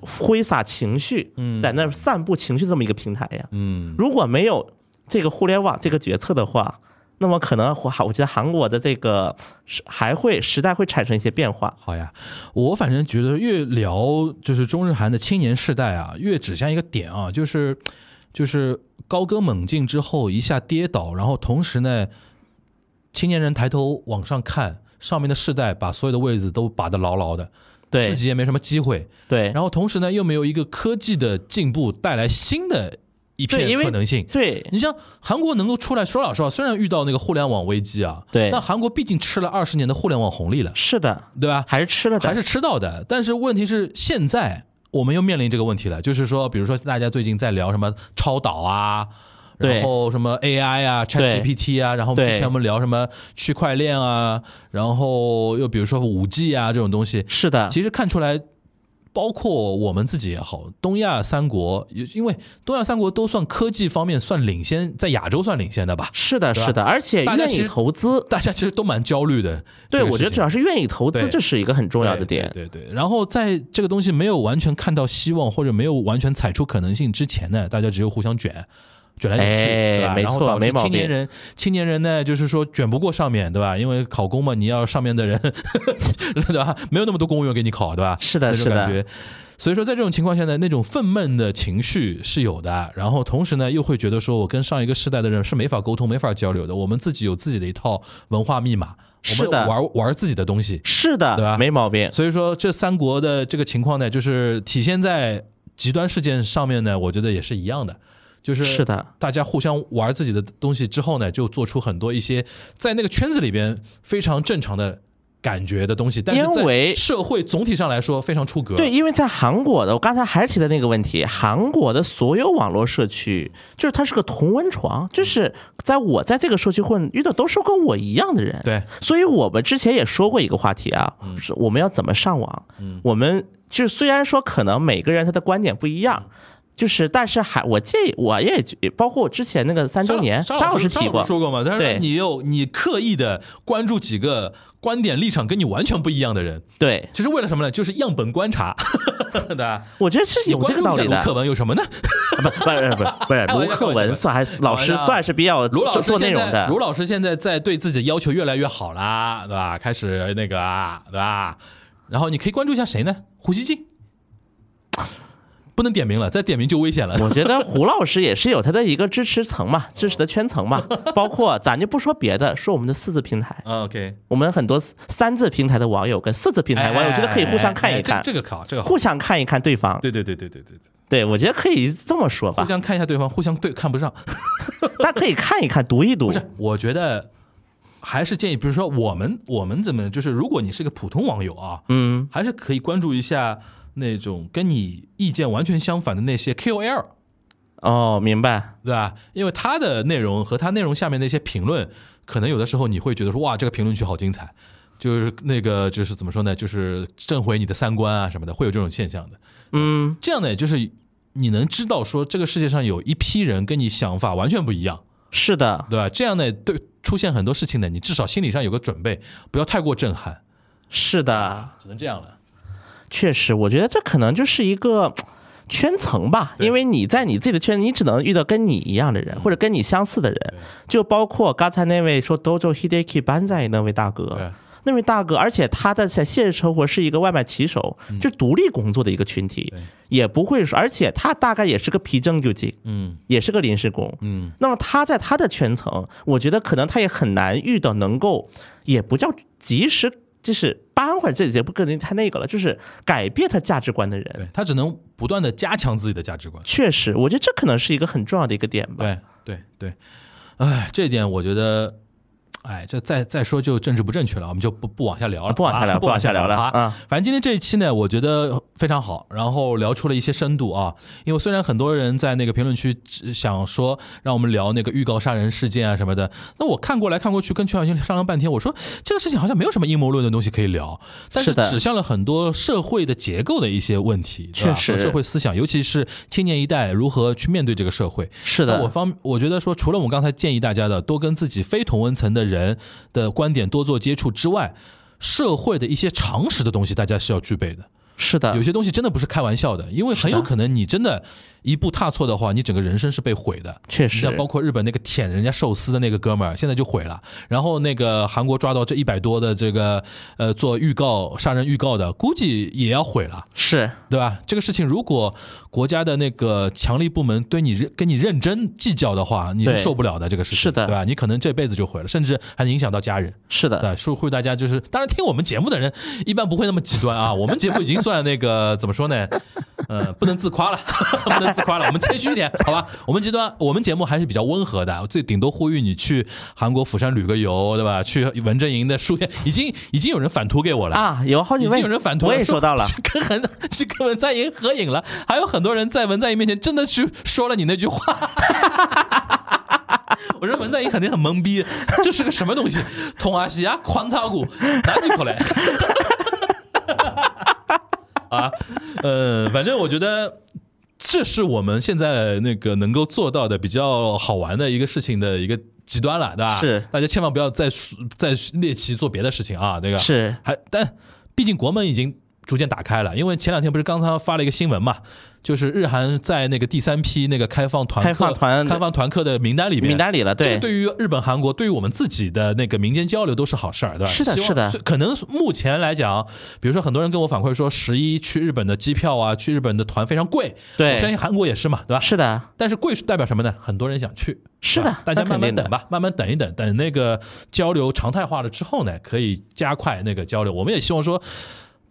Speaker 6: 挥洒情绪，在那儿散布情绪这么一个平台呀。
Speaker 5: 嗯，
Speaker 6: 如果没有这个互联网这个决策的话，那么可能我我觉得韩国的这个是还会时代会产生一些变化。
Speaker 5: 好呀，我反正觉得越聊就是中日韩的青年世代啊，越指向一个点啊，就是就是高歌猛进之后一下跌倒，然后同时呢，青年人抬头往上看，上面的世代把所有的位置都把得牢牢的，
Speaker 6: 对
Speaker 5: 自己也没什么机会，
Speaker 6: 对，
Speaker 5: 然后同时呢又没有一个科技的进步带来新的一
Speaker 6: 对因
Speaker 5: 片
Speaker 6: 为
Speaker 5: 可能性。
Speaker 6: 对
Speaker 5: 你像韩国能够出来，说老实话，虽然遇到那个互联网危机啊，
Speaker 6: 对
Speaker 5: 但韩国毕竟吃了二十年的互联网红利了，
Speaker 6: 是的，
Speaker 5: 对吧？
Speaker 6: 还是吃了的
Speaker 5: 还是吃到的。但是问题是，现在我们又面临这个问题了，就是说，比如说大家最近在聊什么超导啊。
Speaker 6: 对
Speaker 5: 然后什么 AI 啊
Speaker 6: 对
Speaker 5: ，ChatGPT 啊，然后
Speaker 6: 对
Speaker 5: 之前我们聊什么区块链啊，然后又比如说五 G 啊这种东西，
Speaker 6: 是的，
Speaker 5: 其实看出来，包括我们自己也好，东亚三国，因为东亚三国都算科技方面算领先，在亚洲算领先的吧，
Speaker 6: 是的，
Speaker 5: 对吧
Speaker 6: 是的，而且
Speaker 5: 大家
Speaker 6: 愿
Speaker 5: 其
Speaker 6: 意
Speaker 5: 实
Speaker 6: 投资。
Speaker 5: 大家其实都蛮焦虑的。
Speaker 6: 对，
Speaker 5: 这个
Speaker 6: 我觉
Speaker 5: 事
Speaker 6: 得主
Speaker 5: 情
Speaker 6: 要是愿意投资，
Speaker 5: 对
Speaker 6: 这是一个很重要的
Speaker 5: 对
Speaker 6: 点。
Speaker 5: 对对对然后在这个东西没有完全看到希望或者没有完全踩出可能性之前呢，大家只有互相卷。卷来卷去，
Speaker 6: 哎
Speaker 5: 对吧？
Speaker 6: 没
Speaker 5: 然后
Speaker 6: 错
Speaker 5: 导致
Speaker 6: 没毛
Speaker 5: 青年
Speaker 6: 病
Speaker 5: 人，青年人呢，就是说卷不过上面，对吧？因为考公嘛，你要上面的人， 对吧？没有那么多公务员给你考，对吧？
Speaker 6: 是的
Speaker 5: 那种
Speaker 6: 是的
Speaker 5: 感觉。所以说，在这种情况下呢，那种愤懑的情绪是有的，然后同时呢，又会觉得说我跟上一个世代的人是没法沟通、没法交流的，我们自己有自己的一套文化密码，
Speaker 6: 是
Speaker 5: 我
Speaker 6: 的
Speaker 5: 们玩玩自己的东西，
Speaker 6: 是
Speaker 5: 对
Speaker 6: 的，
Speaker 5: 吧
Speaker 6: 没毛病。
Speaker 5: 所以说，这三国的这个情况呢，就是体现在极端事件上面呢，我觉得也是一样的，就是
Speaker 6: 是的，
Speaker 5: 大家互相玩自己的东西之后呢，就做出很多一些在那个圈子里边非常正常的感觉的东西，但是
Speaker 6: 因为
Speaker 5: 在社会总体上来说非常出格。
Speaker 6: 对，，因为在韩国的，我刚才还是提的那个问题，韩国的所有网络社区，就是它是个同温床，就是在我在这个社区混遇到都是跟我一样的人。
Speaker 5: 对，嗯
Speaker 6: 所以我们之前也说过一个话题啊，是我们要怎么上网？我们就虽然说可能每个人他的观点不
Speaker 5: 嗯
Speaker 6: 一样。就是，但是还我建议，我也包括我之前那个三周年，
Speaker 5: 沙
Speaker 6: 张老
Speaker 5: 哦师
Speaker 6: 师提过，
Speaker 5: 说过嘛，但
Speaker 6: 对
Speaker 5: 是你又你刻意的关注几个观点立场跟你完全不一样的人，
Speaker 6: 对，
Speaker 5: 其实为了什么呢？就是样本观察，对吧？
Speaker 6: 我觉得是有这个道理的。
Speaker 5: 课文有什么呢？
Speaker 6: 不不是不是不
Speaker 5: 哎
Speaker 6: 是，卢克文算还是老师算是比较
Speaker 5: 卢老
Speaker 6: 做
Speaker 5: 师
Speaker 6: 做内
Speaker 5: 现在
Speaker 6: 容的
Speaker 5: 卢。老师现在在对自己的要求越来越好啦，对吧？开始那个啊，对吧？然后你可以关注一下谁呢？胡锡进，不能点名了，再点名就危险 了。
Speaker 6: 我觉得胡老师也是有他的一个支持层 嘛，支持的圈层嘛，包括咱就不说别的，说我们的四字平台，
Speaker 5: 嗯 OK，
Speaker 6: 我们很多三字平台的网友跟四字平台网友，我觉得可以互相看
Speaker 5: 哎哎
Speaker 6: 一
Speaker 5: 哎这
Speaker 6: 看，
Speaker 5: 这个好，这个好
Speaker 6: 互。相看一看对方。
Speaker 5: 对对对对对对对，
Speaker 6: 对，我觉得可以这么说
Speaker 5: 互
Speaker 6: 吧，
Speaker 5: 相看一下对方，互相对看不上。
Speaker 6: 但可以看一看，读一读
Speaker 5: 不。是，我觉得还是建议，比如说我们我们怎么就是，如果你是个普通网友啊，
Speaker 6: 嗯，
Speaker 5: 还是可以关注一下那种跟你意见完全相反的那些 KOL。
Speaker 6: 哦，明白。
Speaker 5: 对吧？因为他的内容和他内容下面的一些评论，可能有的时候你会觉得说，哇，这个评论区好精彩，就是那个就是怎么说呢，就是震毁你的三观啊什么的，会有这种现象的。
Speaker 6: 嗯，
Speaker 5: 这样呢，就是你能知道说，这个世界上有一批人跟你想法完全不一样，
Speaker 6: 是的，
Speaker 5: 对吧？这样的对出现很多事情呢，你至少心理上有个准备，不要太过震撼，
Speaker 6: 是的，
Speaker 5: 只能这样了。
Speaker 6: 确实，我觉得这可能就是一个圈层吧，因为你在你自己的圈，你只能遇到跟你一样的人，
Speaker 5: 嗯
Speaker 6: 或者跟你相似的人，就包括刚才那位说 Dojo Hideki Banzai 那位大
Speaker 5: 对
Speaker 6: 哥。那位大哥，而且他的在现实生活是一个外卖骑手，就独立工作的一个群体
Speaker 5: 嗯对，
Speaker 6: 也不会说，而且他大概也是个皮正究竟，
Speaker 5: 嗯
Speaker 6: 也是个临时工。
Speaker 5: 嗯，
Speaker 6: 那么他在他的圈层，我觉得可能他也很难遇到能够，也不叫及时，就是扳回这也不可能太那个了，就是改变他价值观的人。
Speaker 5: 对他只能不断的加强自己的价值观。
Speaker 6: 确实，我觉得这可能是一个很重要的一个点吧。
Speaker 5: 对对对，哎，这一点我觉得，哎，这再再说就政治不正确了，我们就不不往下聊了，
Speaker 6: 不往下聊
Speaker 5: 啊
Speaker 6: 不
Speaker 5: 不
Speaker 6: 往
Speaker 5: 往
Speaker 6: 下
Speaker 5: 下
Speaker 6: 聊了
Speaker 5: 啊。
Speaker 6: 啊
Speaker 5: 反正今天这一期呢，我觉得非常好，然后聊出了一些深度啊。因为虽然很多人在那个评论区只想说让我们聊那个预告杀人事件啊什么的，那我看过来看过去，跟全小新商量半天，我说这个事情好像没有什么阴谋论的东西可以聊，但
Speaker 6: 是的
Speaker 5: 指向了很多社会的结构的一些问题，对吧
Speaker 6: 确实
Speaker 5: 和社会思想，尤其是青年一代如何去面对这个社会。
Speaker 6: 是
Speaker 5: 那我
Speaker 6: 的，
Speaker 5: 方我觉得说，除了我刚才建议大家的多跟自己非同温层的人的观点多做接触之外，社会的一些常识的东西，大家是要具备的。
Speaker 6: 是的
Speaker 5: 有，些东西真的不是开玩笑的，因为很有可能你真的一步踏错的话，你整个人生是被毁的。
Speaker 6: 确
Speaker 5: 你
Speaker 6: 实
Speaker 5: 像，包括日本那个舔人家寿司的那个哥们儿，现在就毁了。然后那个韩国抓到这一百多的这个呃做预告杀人预告的，估计也要毁了。
Speaker 6: 是
Speaker 5: 对吧？这个事情如果国家的那个强力部门对你认跟你认真计较的话，你是
Speaker 6: 对
Speaker 5: 受不了的。这个事情
Speaker 6: 是的
Speaker 5: 对吧？你可能这辈子就毁了，甚至还影响到家人。
Speaker 6: 是的，
Speaker 5: 对，所以会大家就是，当然听我们节目的人一般不会那么极端 啊。我们节目已经算那个怎么说呢？呃，不能自夸了， 不能自夸了，我们谦虚一 点，好吧？我们极端，我们节目还是比较温和的，最顶多呼吁你去韩国釜山旅个游，对吧？去文政营的书店，已经已经有人反图给我了
Speaker 6: 啊，有好几
Speaker 5: 已
Speaker 6: 位
Speaker 5: 经有人反推，
Speaker 6: 我也收到了，
Speaker 5: 去跟很去跟文在寅合影了，还有很多人在文在寅面前真的去说了你那句话。 我说文在寅肯定很懵逼，这是个什么东西？通阿西啊，狂草股，哪里口来？ 啊，呃，反正我觉得。这是我们现在那个能够做到的比较好玩的一个事情的一个极端了，对吧？
Speaker 6: 是
Speaker 5: 大家千万不要再再猎奇做别的事情啊，那个
Speaker 6: 是
Speaker 5: 还但毕竟国门已经逐渐打开了，因为前两天不是刚刚发了一个新闻嘛，就是日韩在那个第三批那个开放团客
Speaker 6: 开放团
Speaker 5: 开放团客的名单里面。
Speaker 6: 名单里了，
Speaker 5: 这个
Speaker 6: 对，
Speaker 5: 对于日本、韩国，对于我们自己的那个民间交流都是好事儿，对吧？
Speaker 6: 是的
Speaker 5: 希望
Speaker 6: 是的
Speaker 5: 所以可能目前来讲，比如说很多人跟我反馈说，十一去日本的机票啊，去日本的团非常贵。
Speaker 6: 对
Speaker 5: 我相信韩国也是嘛，对吧？
Speaker 6: 是的，
Speaker 5: 但是贵是代表什么呢？很多人想去，
Speaker 6: 是
Speaker 5: 对
Speaker 6: 的
Speaker 5: 吧，大家
Speaker 6: 那
Speaker 5: 慢
Speaker 6: 肯
Speaker 5: 慢
Speaker 6: 定的
Speaker 5: 等吧，慢慢等一等，等那个交流常态化了之后呢，可以加快那个交流。我们也希望说，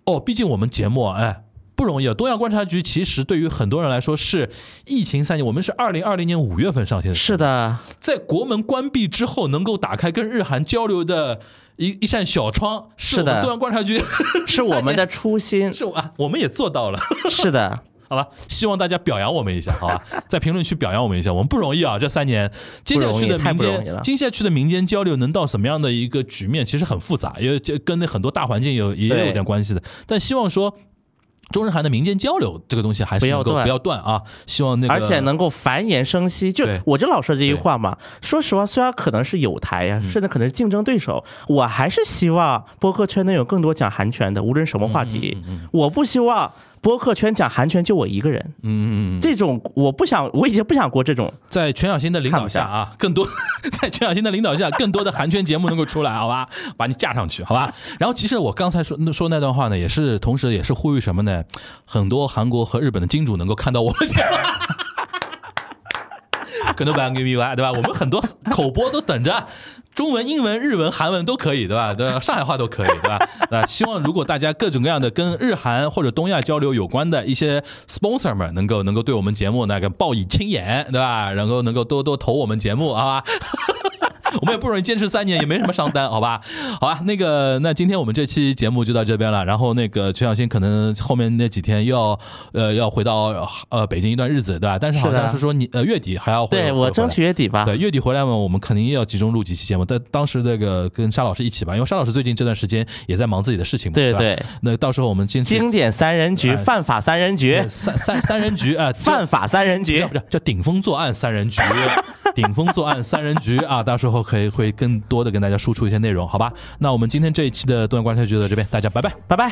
Speaker 5: 哦，毕竟我们节目啊哎不容易啊。东亚观察局其实对于很多人来说是疫情三年，我们是二零二零年五月份上线的，
Speaker 6: 是的，
Speaker 5: 在国门关闭之后能够打开跟日韩交流的一一扇小窗，
Speaker 6: 是的
Speaker 5: 我们东亚观察局，
Speaker 6: 是我们的初 心
Speaker 5: 是我啊，我们也做到了。
Speaker 6: 是的，
Speaker 5: 好吧，希望大家表扬我们一下，好 吧，在评论区表扬我们一下，我们不容易啊，这三年，接下去的
Speaker 6: 太
Speaker 5: 民
Speaker 6: 不容易了
Speaker 5: 间，接下去的民间交流能到什么样的一个局面，其实很复杂，因为这跟那很多大环境有也
Speaker 6: 对
Speaker 5: 有点关系的，但希望说。中日韩的民间交流这个东西还是
Speaker 6: 不要
Speaker 5: 能够
Speaker 6: 断
Speaker 5: 不要断啊！希望那个
Speaker 6: 而且能够繁衍生息。就
Speaker 5: 对
Speaker 6: 我就老说这句话嘛，说实话，虽然可能是有台呀、甚至可能是竞争对手，嗯我还是希望播客圈能有更多讲韩权的，无论什么话题，嗯我不希望。播客圈讲韩权就我一个人，嗯嗯嗯，这种我不想，我已经不想过这种，
Speaker 5: 在全小新的领
Speaker 6: 看
Speaker 5: 导
Speaker 6: 不
Speaker 5: 下啊，更多 在全小新的领 导下，更多的韩圈节目能够出来，好吧，把你架上去，好吧。然后其实我刚才说说那段话呢，也是同时也是呼吁什么呢？很多韩国和日本的金主能够看到我们节目。 可能版 give 对吧？我们很多口播都等着，中文、英文、日文、韩文都可以，对吧？ 对吧，上海话都可以，对吧？ 那希望如果大家各种各样的跟日韩或者东亚交流有关的一些 sponsor 们，能够能够对我们节目那个报以青眼，对吧？然后能够多多投我们节目啊。 我们也不容易坚持三年，也没什么商单，好吧？好吧，那个，那今天我们这期节目就到这边了。然后那个全小新可能后面那几天又要呃要回到呃北京一段日子，对吧？但是好
Speaker 6: 是的啊
Speaker 5: 像是说你呃月底还要回
Speaker 6: 对
Speaker 5: 回
Speaker 6: 我
Speaker 5: 回来
Speaker 6: 争取月底吧。
Speaker 5: 对，月底回来嘛，我们肯定也要集中录几期节目。但当时那个跟沙老师一起吧，因为沙老师最近这段时间也在忙自己的事情嘛。
Speaker 6: 对
Speaker 5: 吧
Speaker 6: 对
Speaker 5: 那到时候我们坚持
Speaker 6: 经典三人局，
Speaker 5: 哎
Speaker 6: 犯法三人局，
Speaker 5: 三三三人局啊，犯
Speaker 6: 犯法三人
Speaker 5: 叫
Speaker 6: 局
Speaker 5: 不，叫叫顶风作案三人局，顶风作案三人局啊，到时候可以会更多的跟大家输出一些内容，好吧？那我们今天这一期的东亚观察局就到这边，大家拜拜。
Speaker 6: 拜拜。